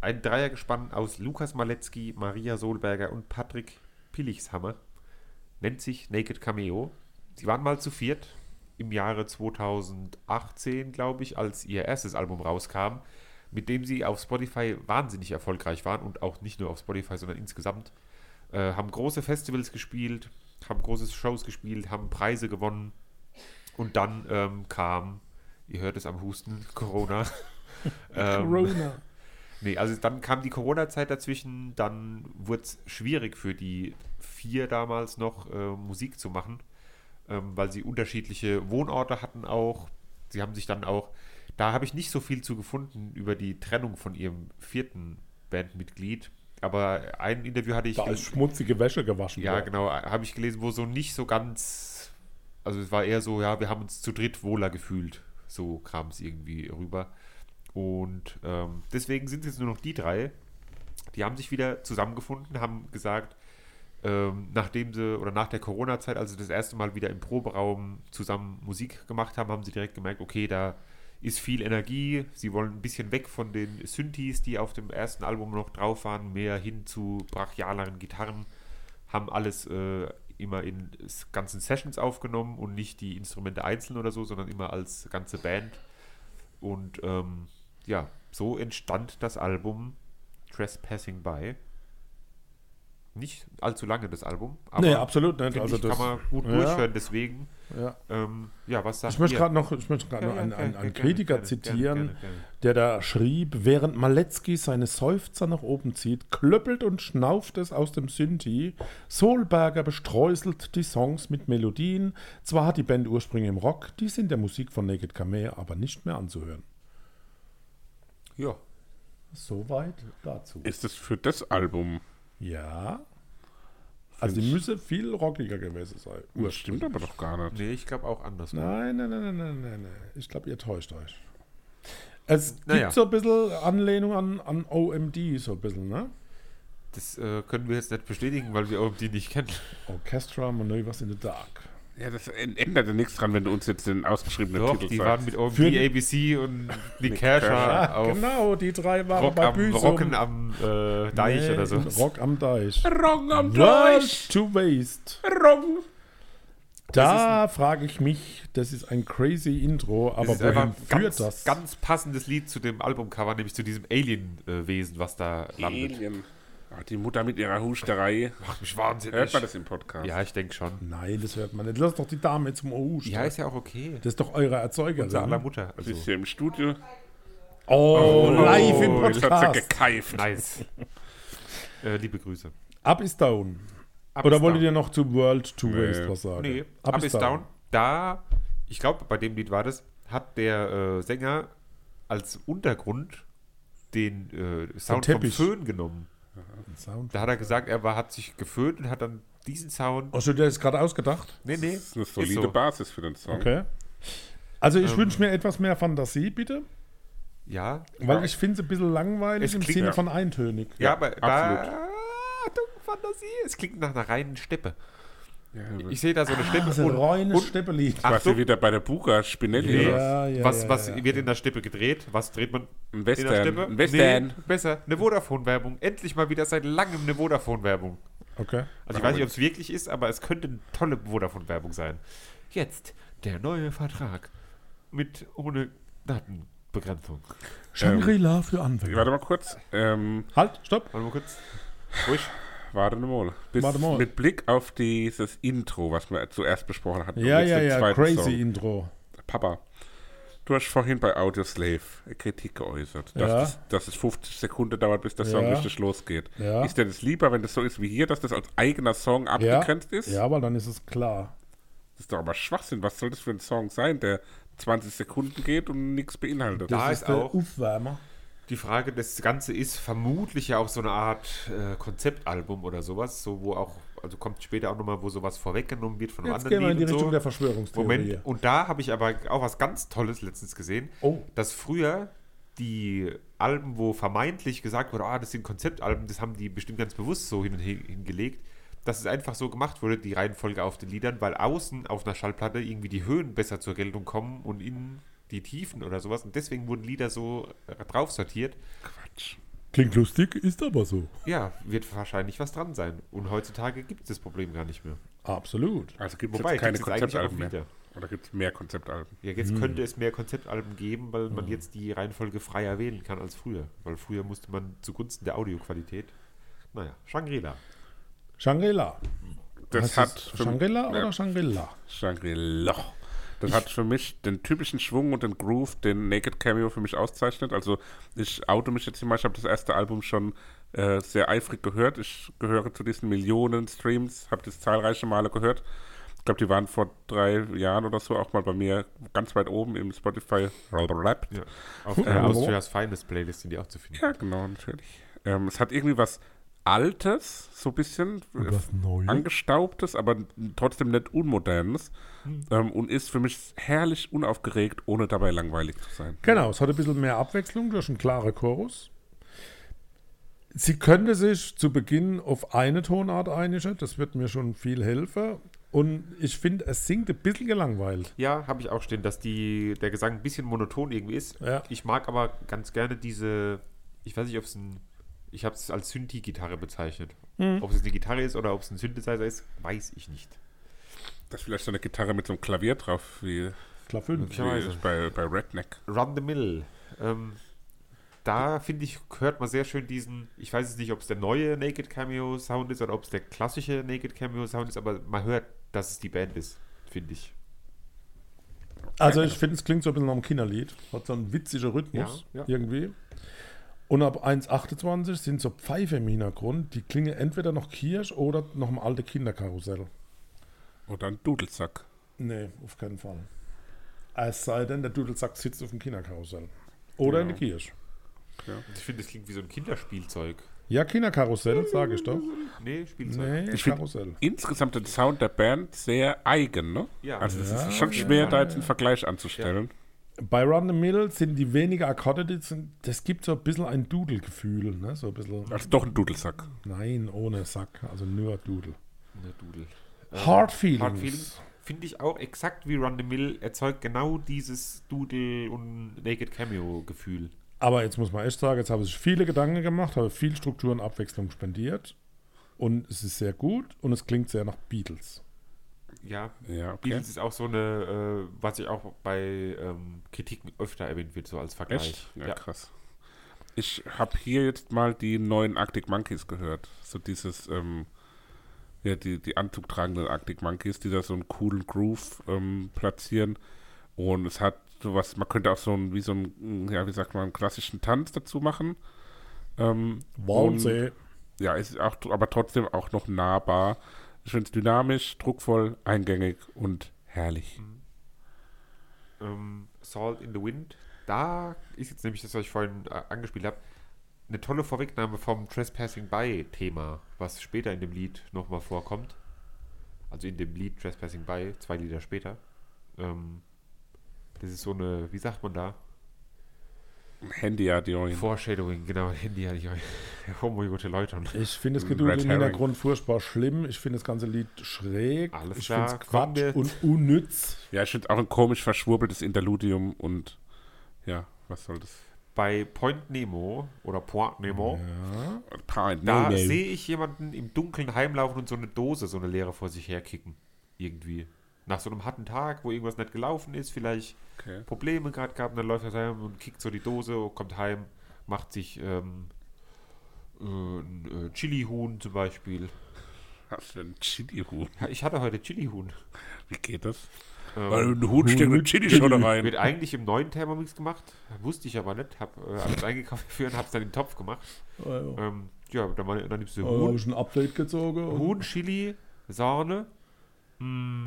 Ein Dreiergespann aus Lukas Maletzki, Maria Solberger und Patrick Pillichshammer nennt sich Naked Cameo. Sie waren mal zu viert im Jahre 2018, glaube ich, als ihr erstes Album rauskam, mit dem sie auf Spotify wahnsinnig erfolgreich waren und auch nicht nur auf Spotify, sondern insgesamt. Äh, haben große Festivals gespielt, haben große Shows gespielt, haben Preise gewonnen und dann ähm, kam, ihr hört es am Husten, Corona. ähm, Corona. Nee, also dann kam die Corona-Zeit dazwischen, dann wurde es schwierig für die vier damals noch äh, Musik zu machen, ähm, weil sie unterschiedliche Wohnorte hatten auch. Sie haben sich dann auch, da habe ich nicht so viel zu gefunden über die Trennung von ihrem vierten Bandmitglied, aber ein Interview hatte ich. Da ist schmutzige Wäsche gewaschen. Ja, worden. genau, habe ich gelesen, wo so nicht so ganz, also es war eher so, ja, wir haben uns zu dritt wohler gefühlt. So kam es irgendwie rüber. Und ähm, deswegen sind es jetzt nur noch die drei. Die haben sich wieder zusammengefunden, haben gesagt, ähm, nachdem sie oder nach der Corona-Zeit, als sie das erste Mal wieder im Proberaum zusammen Musik gemacht haben, haben sie direkt gemerkt, okay, da ist viel Energie. Sie wollen ein bisschen weg von den Synthes, die auf dem ersten Album noch drauf waren, mehr hin zu brachialeren Gitarren haben alles äh, immer in s- ganzen Sessions aufgenommen und nicht die Instrumente einzeln oder so, sondern immer als ganze Band. Und ähm, ja, so entstand das Album Trespassing By. Nicht allzu lange das Album, aber nee, absolut nicht. finde Also ich, das, kann man gut ja. durchhören. Deswegen, Ja. ähm, ja, was sagt Ich möchte ihr? gerade noch, ich möchte grad Ja, noch ja, einen, ja, einen, ja, einen gerne, Kritiker gerne, zitieren, gerne, gerne, gerne. der da schrieb, während Maletzki seine Seufzer nach oben zieht, klöppelt und schnauft es aus dem Synthi. Solberger bestreuselt die Songs mit Melodien. Zwar hat die Band Ursprünge im Rock, die sind der Musik von Naked Kamea aber nicht mehr anzuhören. Ja, Soweit dazu. Ist es für das Album? Ja. Also die müsse viel rockiger gewesen sein. Das stimmt aber doch gar nicht. nee, ich glaube auch anders. Nein, nein, nein, nein, nein, nein, nein. Ich glaube, ihr täuscht euch. Es gibt Naja. so ein bisschen Anlehnung an, an OMD, so ein bisschen, ne? Das äh, können wir jetzt nicht bestätigen, weil wir OMD nicht kennen. Orchestra Maneuvers in the Dark. Ja, das ändert ja nichts dran, wenn du uns jetzt den ausgeschriebenen Doch, Titel die waren sagst. mit OMD, Für die- ABC und Nick Kershaw Ah, auf genau, die drei waren Rock bei am, Büsum. Rocken am äh, Deich Nee, oder so. Rock am Deich. Wrong am World to Waste. Wrong. Da frage ich mich, das ist ein crazy Intro, Das aber ist wohin einfach führt ganz, das? ganz passendes Lied zu dem Albumcover, nämlich zu diesem Alien-Wesen, was da landet. Alien. Ach, die Mutter mit ihrer Husterei. Macht mich wahnsinnig. Hört man das im Podcast? Ja, ich denke schon. Nein, das hört man nicht. Lass doch die Dame jetzt zum OU Ja, steigen. ist ja auch okay. Das ist doch eure Erzeugerin. Unser aller Mutter. Sie ist Also, hier im Studio. Oh, live im Oh, jetzt hat sie Podcast. gekeift. nice. äh, liebe Grüße. Up is down. Up Oder is wolltet down. ihr noch zu World to Waste was sagen? Nee, Up, is down. Da, ich glaube, bei dem Lied war das, hat der äh, Sänger als Untergrund den äh, Sound vom Teppich. Föhn genommen. Sound. Da hat er gesagt, er war, hat sich geföhnt und hat dann diesen Sound. Hast du dir das gerade ausgedacht? Nee, nee. Das ist eine solide so. Basis für den Song. Okay. Also Ähm. ich wünsche mir etwas mehr Fantasie, bitte. Ja. Weil ich finde es ein bisschen langweilig Es im klingt- Sinne ja. von eintönig. Ja, aber absolut. da. Fantasie. Es klingt nach einer reinen Steppe. Ja, Ich sehe da so eine Steppe. Also und- reines und- Ah. Steppelied. Warst Achtung. du wieder bei der Buga Spinelli? Nee. oder was? Ja, ja, was ja, was ja. wird in der Steppe gedreht? Was dreht man Ein in der Western, Steppe? ein Western. besser, eine Vodafone-Werbung. Endlich mal wieder seit langem eine Vodafone-Werbung. Okay. Also ich weiß nicht, ob es wirklich ist, aber es könnte eine tolle Vodafone-Werbung sein. Jetzt der neue Vertrag mit ohne Datenbegrenzung. Shangri-La für Ja, Anfänger. Warte mal kurz. Ähm, Halt, stopp. Warte mal kurz. Ruhig. warte mal. Bis, Warte mal. Mit Blick auf dieses Intro, was wir zuerst besprochen hatten. Ja, und jetzt ja, den ja, zweiten crazy Song. Intro. Papa, du hast vorhin bei Audioslave eine Kritik geäußert, dass, Ja. das, dass es 50 Sekunden dauert, bis der Ja. Song richtig losgeht. Ja. Ist dir das lieber, wenn das so ist wie hier, dass das als eigener Song Ja. abgegrenzt ist? ja, weil dann ist es klar. Das ist doch aber Schwachsinn. Was soll das für ein Song sein, der 20 Sekunden geht und nichts beinhaltet? Da Das Ah, ist ist der auch- Aufwärmer. Die Frage, das Ganze ist vermutlich ja auch so eine Art äh, Konzeptalbum oder sowas, so wo auch, also kommt später auch nochmal, wo sowas vorweggenommen wird von einem Jetzt anderen gehen wir in die Lied und Richtung so. der Verschwörungstheorie. Moment, und da habe ich aber auch was ganz Tolles letztens gesehen, Oh. dass früher die Alben, wo vermeintlich gesagt wurde, ah, das sind Konzeptalben, das haben die bestimmt ganz bewusst so hin und hin- hingelegt, dass es einfach so gemacht wurde, die Reihenfolge auf den Liedern, weil außen auf einer Schallplatte irgendwie die Höhen besser zur Geltung kommen und innen die Tiefen oder sowas. Und deswegen wurden Lieder so äh, drauf sortiert. Klingt lustig, ist aber so. Ja, wird wahrscheinlich was dran sein. Und heutzutage gibt es das Problem gar nicht mehr. Absolut. Also gibt es Wobei, jetzt keine gibt's jetzt eigentlich Konzeptalben auch mehr. Oder gibt es mehr Konzeptalben? Ja, jetzt könnte es mehr Konzeptalben geben, weil man jetzt die Reihenfolge freier wählen kann als früher. Weil früher musste man zugunsten der Audioqualität. Naja, Shangri-La. Shangri-La. Das Heißt hat es für- Shangri-La Ja. oder Shangri-La? Shangri-La. Das hat für mich den typischen Schwung und den Groove, den Naked Cameo für mich auszeichnet. Also ich oute mich jetzt hier mal, ich habe das erste Album schon äh, sehr eifrig gehört. Ich gehöre zu diesen Millionen Streams, habe das zahlreiche Male gehört. Ich glaube, die waren vor drei Jahren oder so auch mal bei mir ganz weit oben im Spotify Rap. Ja. Auf der Ja. Austrias Finest Playlist sind die auch zu finden. Ja, genau, natürlich. Ähm, es hat irgendwie was Altes, so ein bisschen äh, angestaubtes, aber trotzdem nicht unmodernes ähm, und ist für mich herrlich unaufgeregt, ohne dabei langweilig zu sein. Genau, es hat ein bisschen mehr Abwechslung durch einen klaren Chorus. Sie könnte sich zu Beginn auf eine Tonart einigen, das wird mir schon viel helfen. Und ich finde, es singt ein bisschen gelangweilt. Ja, habe ich auch stehen, dass die, der Gesang ein bisschen monoton irgendwie ist. Ja. Ich mag aber ganz gerne diese, ich weiß nicht, ob es ein, ich habe es als Synthi-Gitarre bezeichnet. Ob es eine Gitarre ist oder ob es ein Synthesizer ist, weiß ich nicht. Das ist vielleicht so eine Gitarre mit so einem Klavier drauf, wie, Klar, fünf. wie bei, bei Redneck. Run the Mill. Ähm, da finde ich, hört man sehr schön diesen, ich weiß jetzt nicht, ob es der neue Naked Cameo Sound ist oder ob es der klassische Naked Cameo Sound ist, aber man hört, dass es die Band ist, finde ich. Also ich finde, es klingt so ein bisschen nach einem Kinderlied. Hat so einen witzigen Rhythmus Ja, ja. irgendwie. Und ab 1,28 sind so Pfeife im Hintergrund, die klingen entweder noch Kirsch oder noch im alte Kinderkarussell. Oder ein Dudelsack. Nee, auf keinen Fall. Es sei denn, der Dudelsack sitzt auf dem Kinderkarussell. Oder in der Kirsch. Ich finde, das klingt wie so ein Kinderspielzeug. Ja, Kinderkarussell, sage ich doch. Nee, Spielzeug. Nee, Ich finde Karussell. insgesamt den Sound der Band sehr eigen, ne? Ja. Also es ist schon schwer, da jetzt einen Vergleich anzustellen. Bei Run the Mill sind die weniger Akkorde, die sind, das gibt so ein bisschen ein Dudelgefühl. Ne? So ein bisschen, Also doch ein Dudelsack. nein, ohne Sack, also nur Dudel. Ne, Dudel. Hard Feelings. Hard Feelings finde ich auch exakt wie Run the Mill erzeugt genau dieses Dudel und Naked Cameo Gefühl. Aber jetzt muss man echt sagen, jetzt habe ich viele Gedanken gemacht, habe viel Struktur und Abwechslung spendiert. Und es ist sehr gut und es klingt sehr nach Beatles. Ja, Ja, okay. Beatles ist auch so eine, äh, was ich auch bei ähm, Kritiken öfter erwähnt wird, so als Vergleich. Echt? Ja, krass. Ich habe hier jetzt mal die neuen Arctic Monkeys gehört. So dieses, ähm, ja, die, die anzugtragenden Arctic Monkeys, die da so einen coolen Groove ähm, platzieren. Und es hat sowas, man könnte auch so ein, wie so ein, ja, wie sagt man, einen klassischen Tanz dazu machen. Ähm, Wahnsinn. ja, ist auch, aber trotzdem auch noch nahbar. Ich finde es dynamisch, druckvoll, eingängig und herrlich. ähm, Salt in the Wind. Da ist jetzt nämlich das, was ich vorhin äh, angespielt habe. eine tolle Vorwegnahme vom Trespassing By-Thema, was später in dem Lied nochmal vorkommt. Also in dem Lied Trespassing By, zwei Lieder später. Ähm, das ist so eine, wie sagt man da? Handy hat die Ohren. Foreshadowing, genau, Handy hatte ich euch. Oh mein Gott, Leute. Und Ich finde das Red Gedudel im Herring. Hintergrund furchtbar schlimm. Ich finde das ganze Lied schräg. Alles ich klar, finde es kommen wir Quatsch jetzt. und unnütz. Ja, ich finde auch ein komisch verschwurbeltes Interludium und ja, was soll das? Bei Point Nemo oder Point Nemo, Point da Nemo. sehe ich jemanden im Dunkeln heimlaufen und so eine Dose, so eine leere vor sich herkicken. Irgendwie. Nach so einem harten Tag, wo irgendwas nicht gelaufen ist, vielleicht Okay. Probleme gerade gehabt, und dann läuft er heim und kickt so die Dose, kommt heim, macht sich ähm, äh, ein äh, Chili-Huhn zum Beispiel. Hast du einen Chili-Huhn? Ja, ich hatte heute Chili-Huhn. Wie geht das? Weil Ähm, ein Huhn steckt mit Chili-Scholle Ähm. wird rein. eigentlich im neuen Thermomix gemacht, wusste ich aber nicht, hab äh, alles eingekauft für und hab's dann in den Topf gemacht. Oh, Ähm, ja, dann, mal- dann nimmst du oh, Huhn, ich ein Update gezogen. und Huhn, Chili, Sahne, Hm. mm,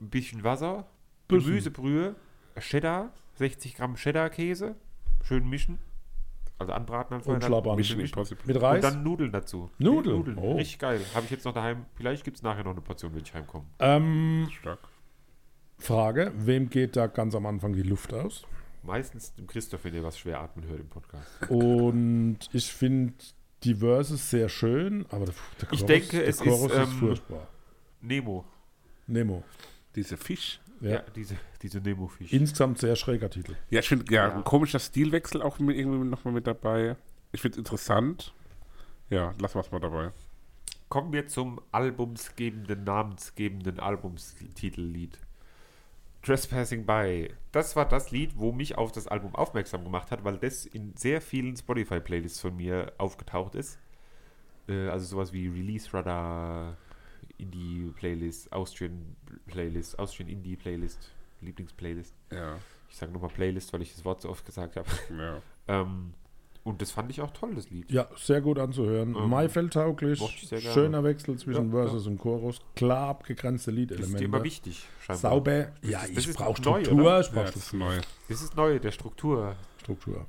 ein bisschen Wasser, Bisschen. Gemüsebrühe, Cheddar, 60 Gramm Cheddar-Käse, schön mischen, also anbraten einfach. Und schlabbern. Mischen, Mission mischen. Impossible. Mit Und Reis. dann Nudeln dazu. Nudeln? Nudeln. Oh. Richtig geil. Habe ich jetzt noch daheim. Vielleicht gibt es nachher noch eine Portion, wenn ich heimkomme. ähm, Stark. Frage: Wem geht da ganz am Anfang die Luft aus? Meistens dem Christoph, wenn ihr was schwer atmen hört im Podcast. Und ich finde die Verses sehr schön, aber der, der Ich Chorus, denke, der es ist, Chorus ähm, furchtbar. Nemo. Nemo. Diese Fisch. Ja. Ja, diese, diese Nemo-Fisch. Insgesamt sehr schräger Titel. Ja, ich finde, ja, Ja. ein komischer Stilwechsel auch mit, irgendwie nochmal mit dabei. Ich finde es interessant. Ja, lassen wir es mal dabei. Kommen wir zum albumsgebenden, namensgebenden Albumstitellied. Trespassing By. Das war das Lied, wo mich auf das Album aufmerksam gemacht hat, weil das in sehr vielen Spotify-Playlists von mir aufgetaucht ist. Äh, also sowas wie Release Radar, Indie-Playlist, Austrian-Playlist, Austrian-Indie-Playlist, Lieblingsplaylist. Ja, Ich sage nochmal Playlist, weil ich das Wort so oft gesagt habe. ja. ähm, und das fand ich auch toll, das Lied. Ja, sehr gut anzuhören. Ähm, Maifeld tauglich, mochte ich sehr gerne. schöner Wechsel zwischen Ja, Verses und Chorus, klar abgegrenzte Das ist dir immer Liedelemente. wichtig, Also, scheinbar. Sauber. Ja, ist- das ich ist brauche neu, Struktur. oder? Ich ja brauche das ist neu. Das ist neu, der Struktur. Struktur.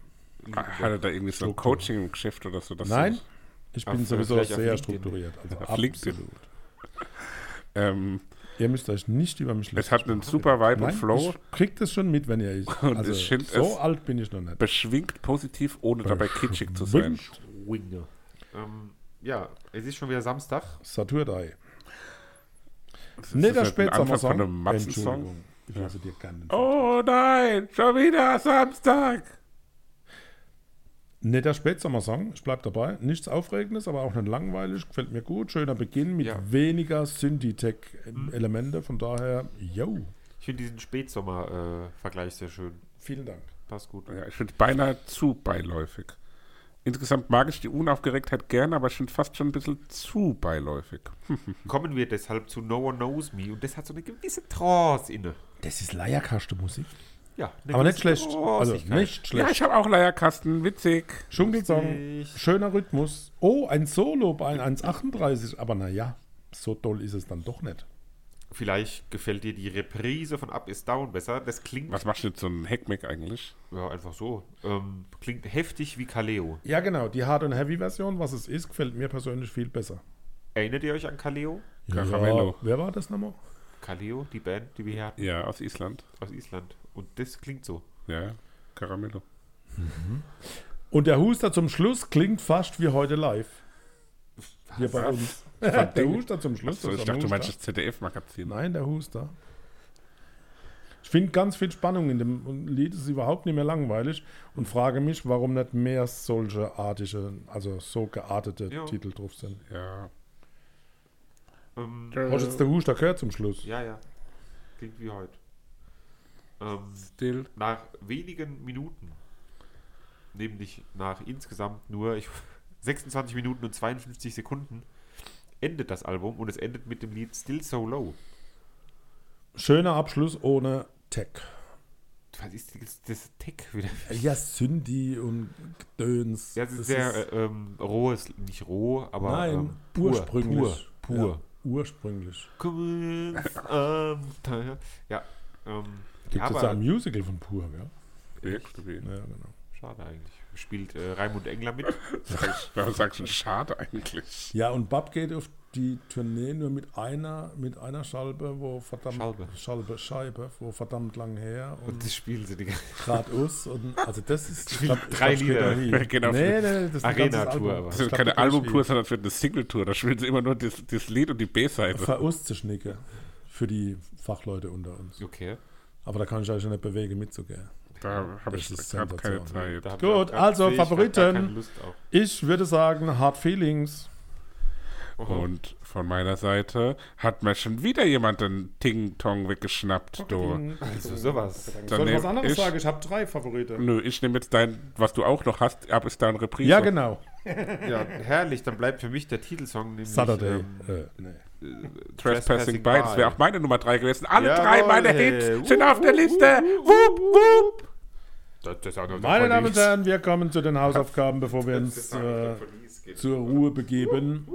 Hat er da irgendwie so ein Coaching im Geschäft oder so? dass Nein, du- ich Auf- bin sowieso vielleicht auf sehr LinkedIn. strukturiert. Also Auf LinkedIn. absolut. Ähm, Ihr müsst euch nicht über mich es hat einen super Vibe und Nein, Flow. ich krieg das schon mit, wenn ihr ich. Und Also, ich find es- so alt bin ich noch nicht. Beschwingt positiv, ohne dabei kitschig zu sein. Beschwingt. Winge. Ähm, ja, es ist schon wieder Samstag. Saturday. ist Nicht der halt ein Anfang Spätsommersong. von einem Matzen-Song. Entschuldigung. Ich lasse dir keinen. Oh nein, schon wieder Samstag. Netter Spätsommersong, ich bleib dabei. Nichts Aufregendes, aber auch nicht langweilig. Gefällt mir gut. Schöner Beginn mit Ja. weniger Mhm. Synthetech-Elemente. Von daher, yo. Ich finde diesen Spätsommer-Vergleich sehr schön. Vielen Dank. Passt gut. Ja, ich finde beinahe zu beiläufig. Insgesamt mag ich die Unaufgeregtheit gerne, aber ich finde fast schon ein bisschen zu beiläufig. Kommen wir deshalb zu No One Knows Me und das hat so eine gewisse Trance inne. Das ist Leierkaste Musik. Ja, eine Aber nicht gewisse schlecht. Also Traurigkeit. nicht Ja, schlecht. ich habe auch Leierkasten, witzig. Dschungelsong, schöner Rhythmus. Oh, ein Solo bei 1,38. Aber naja, so doll ist es dann doch nicht. Vielleicht gefällt dir die Reprise von Up is Down besser. Das klingt Was machst du jetzt so ein Heckmeck eigentlich? ja, einfach so. Ähm, klingt heftig wie Kaleo. Ja, genau. Die Hard- und Heavy-Version, was es ist, gefällt mir persönlich viel besser. Erinnert ihr euch an Kaleo? Caramello. wer war das nochmal? Kaleo, die Band, die wir hier hatten Ja, aus Island. aus Island. Und das klingt so. Ja, Caramello. Und der Huster zum Schluss klingt fast wie heute live. Hier bei uns. der Huster zum Schluss. Achso, das Also ich ist doch dachte, du ein meinst Huster. das ZDF-Magazin. Nein, der Huster. Ich finde ganz viel Spannung in dem Lied. Es ist überhaupt nicht mehr langweilig und frage mich, warum nicht mehr solche artige, also so geartete Ja. Titel drauf sind. Ja. Ähm, Hast jetzt der Huster gehört zum Schluss? ja, ja. Klingt wie heute. Ähm, Still. nach wenigen Minuten, nämlich nach insgesamt nur ich, 26 Minuten und 52 Sekunden, endet das Album und es endet mit dem Lied Still So Low. Schöner Abschluss ohne Tech. Was ist das, das Tech wieder? Ja, Cindy und Döns. Ja, es ist sehr äh, ähm, rohes, nicht roh, aber ähm, Nein, pur, ursprünglich. Pur, pur. Ja, ursprünglich. Komm ins Abenteuer. Ja, ähm, Gibt ja es da ein aber Musical von Pur, gell? Irgendwie. Ja, genau. schade eigentlich. spielt äh, Raimund Engler mit. Warum sagst du schade eigentlich? Ja, und Bab geht auf die Tournee nur mit einer, mit einer Schalbe, wo verdammt Schalbe. Schalbe, Scheibe, wo verdammt lang her und, Und das spielen sie die ganze geradeaus und also das ist ich glaub, drei ich glaub, steht da Lieder. nie. Wir gehen auf nee, nee, die nee, das ist ein Arena-Tour, ganzes Album. aber. Das Ich ist glaub, keine das ist Albumtour, sondern das wird eine Singletour. Da spielen sie immer nur das, das Lied und die B-Seite. Veraust zu schnicken für die Fachleute unter uns. Okay. Aber da kann ich euch schon nicht bewegen mitzugehen. Da habe ich Das ist hab keine Sensation. Zeit. Da hab ich Gut, auch grad- also seh ich grad gar Favoriten. keine Lust auf. Ich würde sagen, Hard Feelings. Oh. Oh, Und von meiner Seite hat mir schon wieder jemand den Ting-Tong weggeschnappt. Du. Also sowas. Dann Soll ich was nehm anderes ich- sagen? Ich habe drei Favoriten. Nö, ich nehme jetzt dein, was du auch noch hast, ab ist dein Reprise. Ja, genau. Ja, herrlich. Dann bleibt für mich der Titelsong nämlich Saturday. ähm, Äh, nee. Trespassing by, das wäre auch meine Nummer 3 gewesen. Alle Jawohl, drei meine hey. Hits sind Wup, auf der wup, Liste. Wupp, wupp. Das, das ist auch noch Meine von Damen und Lies. Herren, wir kommen zu den Hausaufgaben, bevor wir Das uns ist auch noch äh, von Lies geht. zur Ruhe begeben.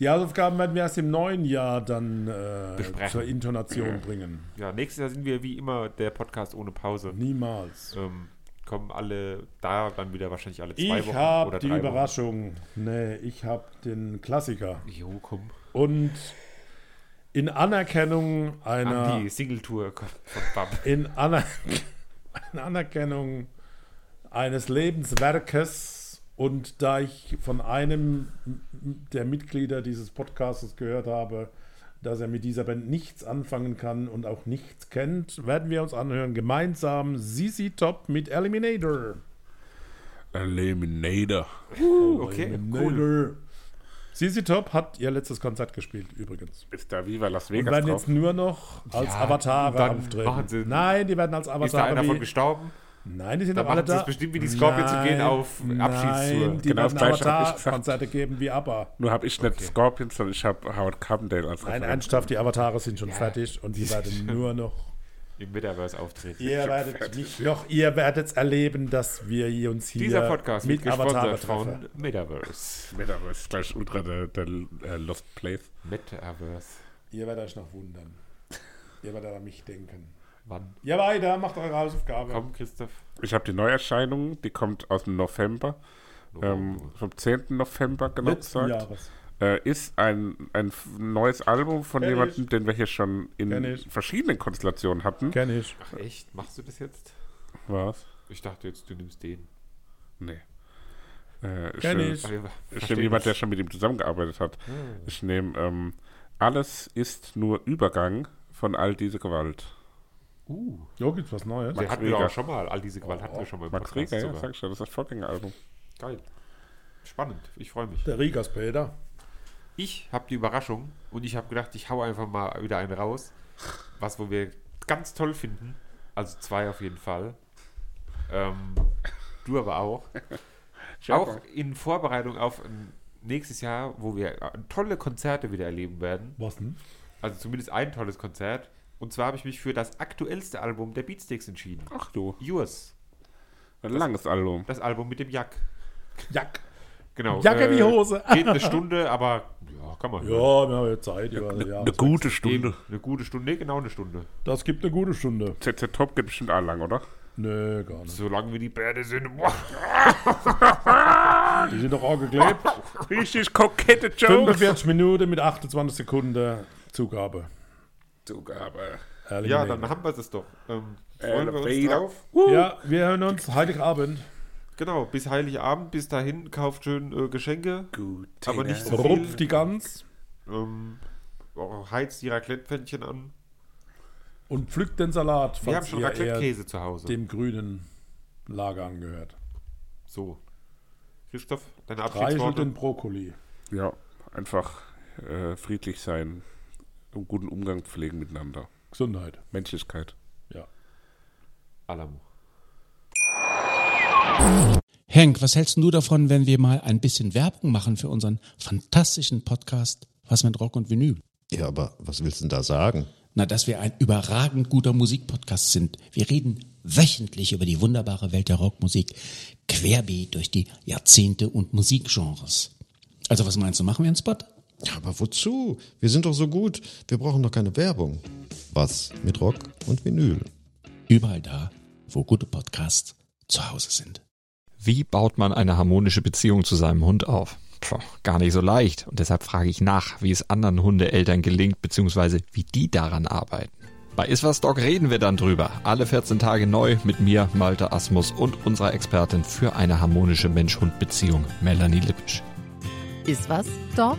Die Hausaufgaben werden wir erst im neuen Jahr dann äh, Besprechen. zur Intonation bringen. Ja, nächstes Jahr sind wir wie immer der Podcast ohne Pause. Niemals. Ähm, kommen alle da, dann wieder wahrscheinlich alle zwei Ich Wochen habe oder die drei Überraschung. Nee, ich habe den Klassiker. Wochen. Jo, komm. Und in Anerkennung An einer die Singletour kommt von Bab. in, Aner in Anerkennung eines Lebenswerkes und da ich von einem der Mitglieder dieses Podcasts gehört habe, dass er mit dieser Band nichts anfangen kann und auch nichts kennt, werden wir uns anhören gemeinsam Sisi Top mit Eliminator. Eliminator. Okay, cool. Eliminator. Sisi Top hat ihr letztes Konzert gespielt übrigens. Ist da Viva Las Und Vegas werden drauf? jetzt nur noch als Ja, Avatare dann machen sie- auftreten. Nein, die werden als Avatare. Ist da einer wie- von gestorben? Nein, die sind Dann doch alle machen sie da. es bestimmt wie die Scorpions und gehen auf Abschiedstour. Nein, die Genau, das werden Gleiche hab ich Avatar-Konzerte geben wie ABBA. Nur habe ich nicht Scorpions, sondern ich habe Howard Carpendale als Nein, Referent. ernsthaft, die Avatare sind schon fertig und die werden nur noch... Im Metaverse auftreten. Ihr werdet nicht noch, ihr werdet erleben, dass wir uns hier Dieser Podcast wird mit Avatare gesponsert treffen. von Metaverse. Metaverse ist gleich ultra der, der äh, Lost Place. Metaverse. Ihr werdet euch noch wundern. ihr werdet an mich denken. Wann? Ja, weiter, macht eure Hausaufgabe. Komm, Christoph. Ich habe die Neuerscheinung, die kommt aus dem November. Ähm, vom 10. November, genau Oh, Letzten gesagt. Jahres. Äh, ist ein, ein f- neues Album von Kenn jemandem, den wir hier schon Kenn in ich. verschiedenen Konstellationen hatten. Kenn ich. Ach echt? Machst du das jetzt? Was? Ich dachte jetzt, du nimmst den. Nee. Äh, Kenn nehm- ich. Hm. Ich Aber wir verstehen nehme jemand, der uns. schon mit ihm zusammengearbeitet hat. Ich nehme ähm, Alles ist nur Übergang von all diese Gewalt. Uh, Jo, gibt's was Neues? der Max hatten wir Rieger. auch schon mal. All diese Gewalt hatten wir schon mal im Max Podcast Rieger, ja, sogar. sag ich schon, das ist das Vorgängeralbum. Geil. Spannend. Ich freue mich. Der Rigas Peter. Ich habe die Überraschung und ich habe gedacht, ich hau einfach mal wieder einen raus. Was, wo wir ganz toll finden. Also zwei auf jeden Fall. Ähm, du aber auch. auch in Vorbereitung auf ein nächstes Jahr, wo wir äh, tolle Konzerte wieder erleben werden. Was denn? Also zumindest ein tolles Konzert. Und zwar habe ich mich für das aktuellste Album der Beatsticks entschieden. Ach du, Yours. ein langes Album. Das Album mit dem Jack. Jack. Genau. Jacke wie Hose. Geht eine Stunde, aber ja, kann man. Ja, wir haben ja Zeit. Ja, Also, ja. gute Eben, eine gute Stunde, nee, genau eine Stunde. Das gibt eine gute Stunde. ZZ Top geht bestimmt auch lang, oder? Nö, gar nicht. Solange wir die Bärde sind. Boah, Die sind doch auch geklebt. Richtig kokette Jokes. 45 Minuten mit 28 Sekunden Zugabe. Zugabe. ja, Eliminator. dann haben wir das doch. Ähm, Äh, freuen wir uns Elevator. drauf. ja, wir hören uns Heiligabend. Genau, bis Heiligabend, bis dahin, kauft schön äh, Geschenke. Gut. Aber nicht so Rupf viel. die Gans Ähm, oh, heizt die Raclette-Pfännchen an. und pflückt den Salat, Wir haben schon ihr eher Raclette-Käse zu Hause. dem grünen Lager angehört. So. Christoph, deine Reichelt Abschiedsworte. den Brokkoli. Ja, einfach äh, friedlich sein. Und guten Umgang pflegen miteinander. Gesundheit. Menschlichkeit. Ja. Alamo. Henk, was hältst du davon, wenn wir mal ein bisschen Werbung machen für unseren fantastischen Podcast Was mit Rock und Vinyl? Ja, aber was willst du denn da sagen? Na, dass wir ein überragend guter Musikpodcast sind. Wir reden wöchentlich über die wunderbare Welt der Rockmusik, querbeet durch die Jahrzehnte und Musikgenres. Also was meinst du, machen wir einen Spot? Ja, aber wozu? Wir sind doch so gut. Wir brauchen doch keine Werbung. Was mit Rock und Vinyl. Überall da, wo gute Podcasts zu Hause sind. Wie baut man eine harmonische Beziehung zu seinem Hund auf? Puh, gar nicht so leicht. Und deshalb frage ich nach, wie es anderen Hundeeltern gelingt, beziehungsweise wie die daran arbeiten. Bei Iswas Dog reden wir dann drüber. Alle 14 Tage neu mit mir, Malte Asmus und unserer Expertin für eine harmonische Mensch-Hund-Beziehung, Melanie Lippisch. Ist was, Dog?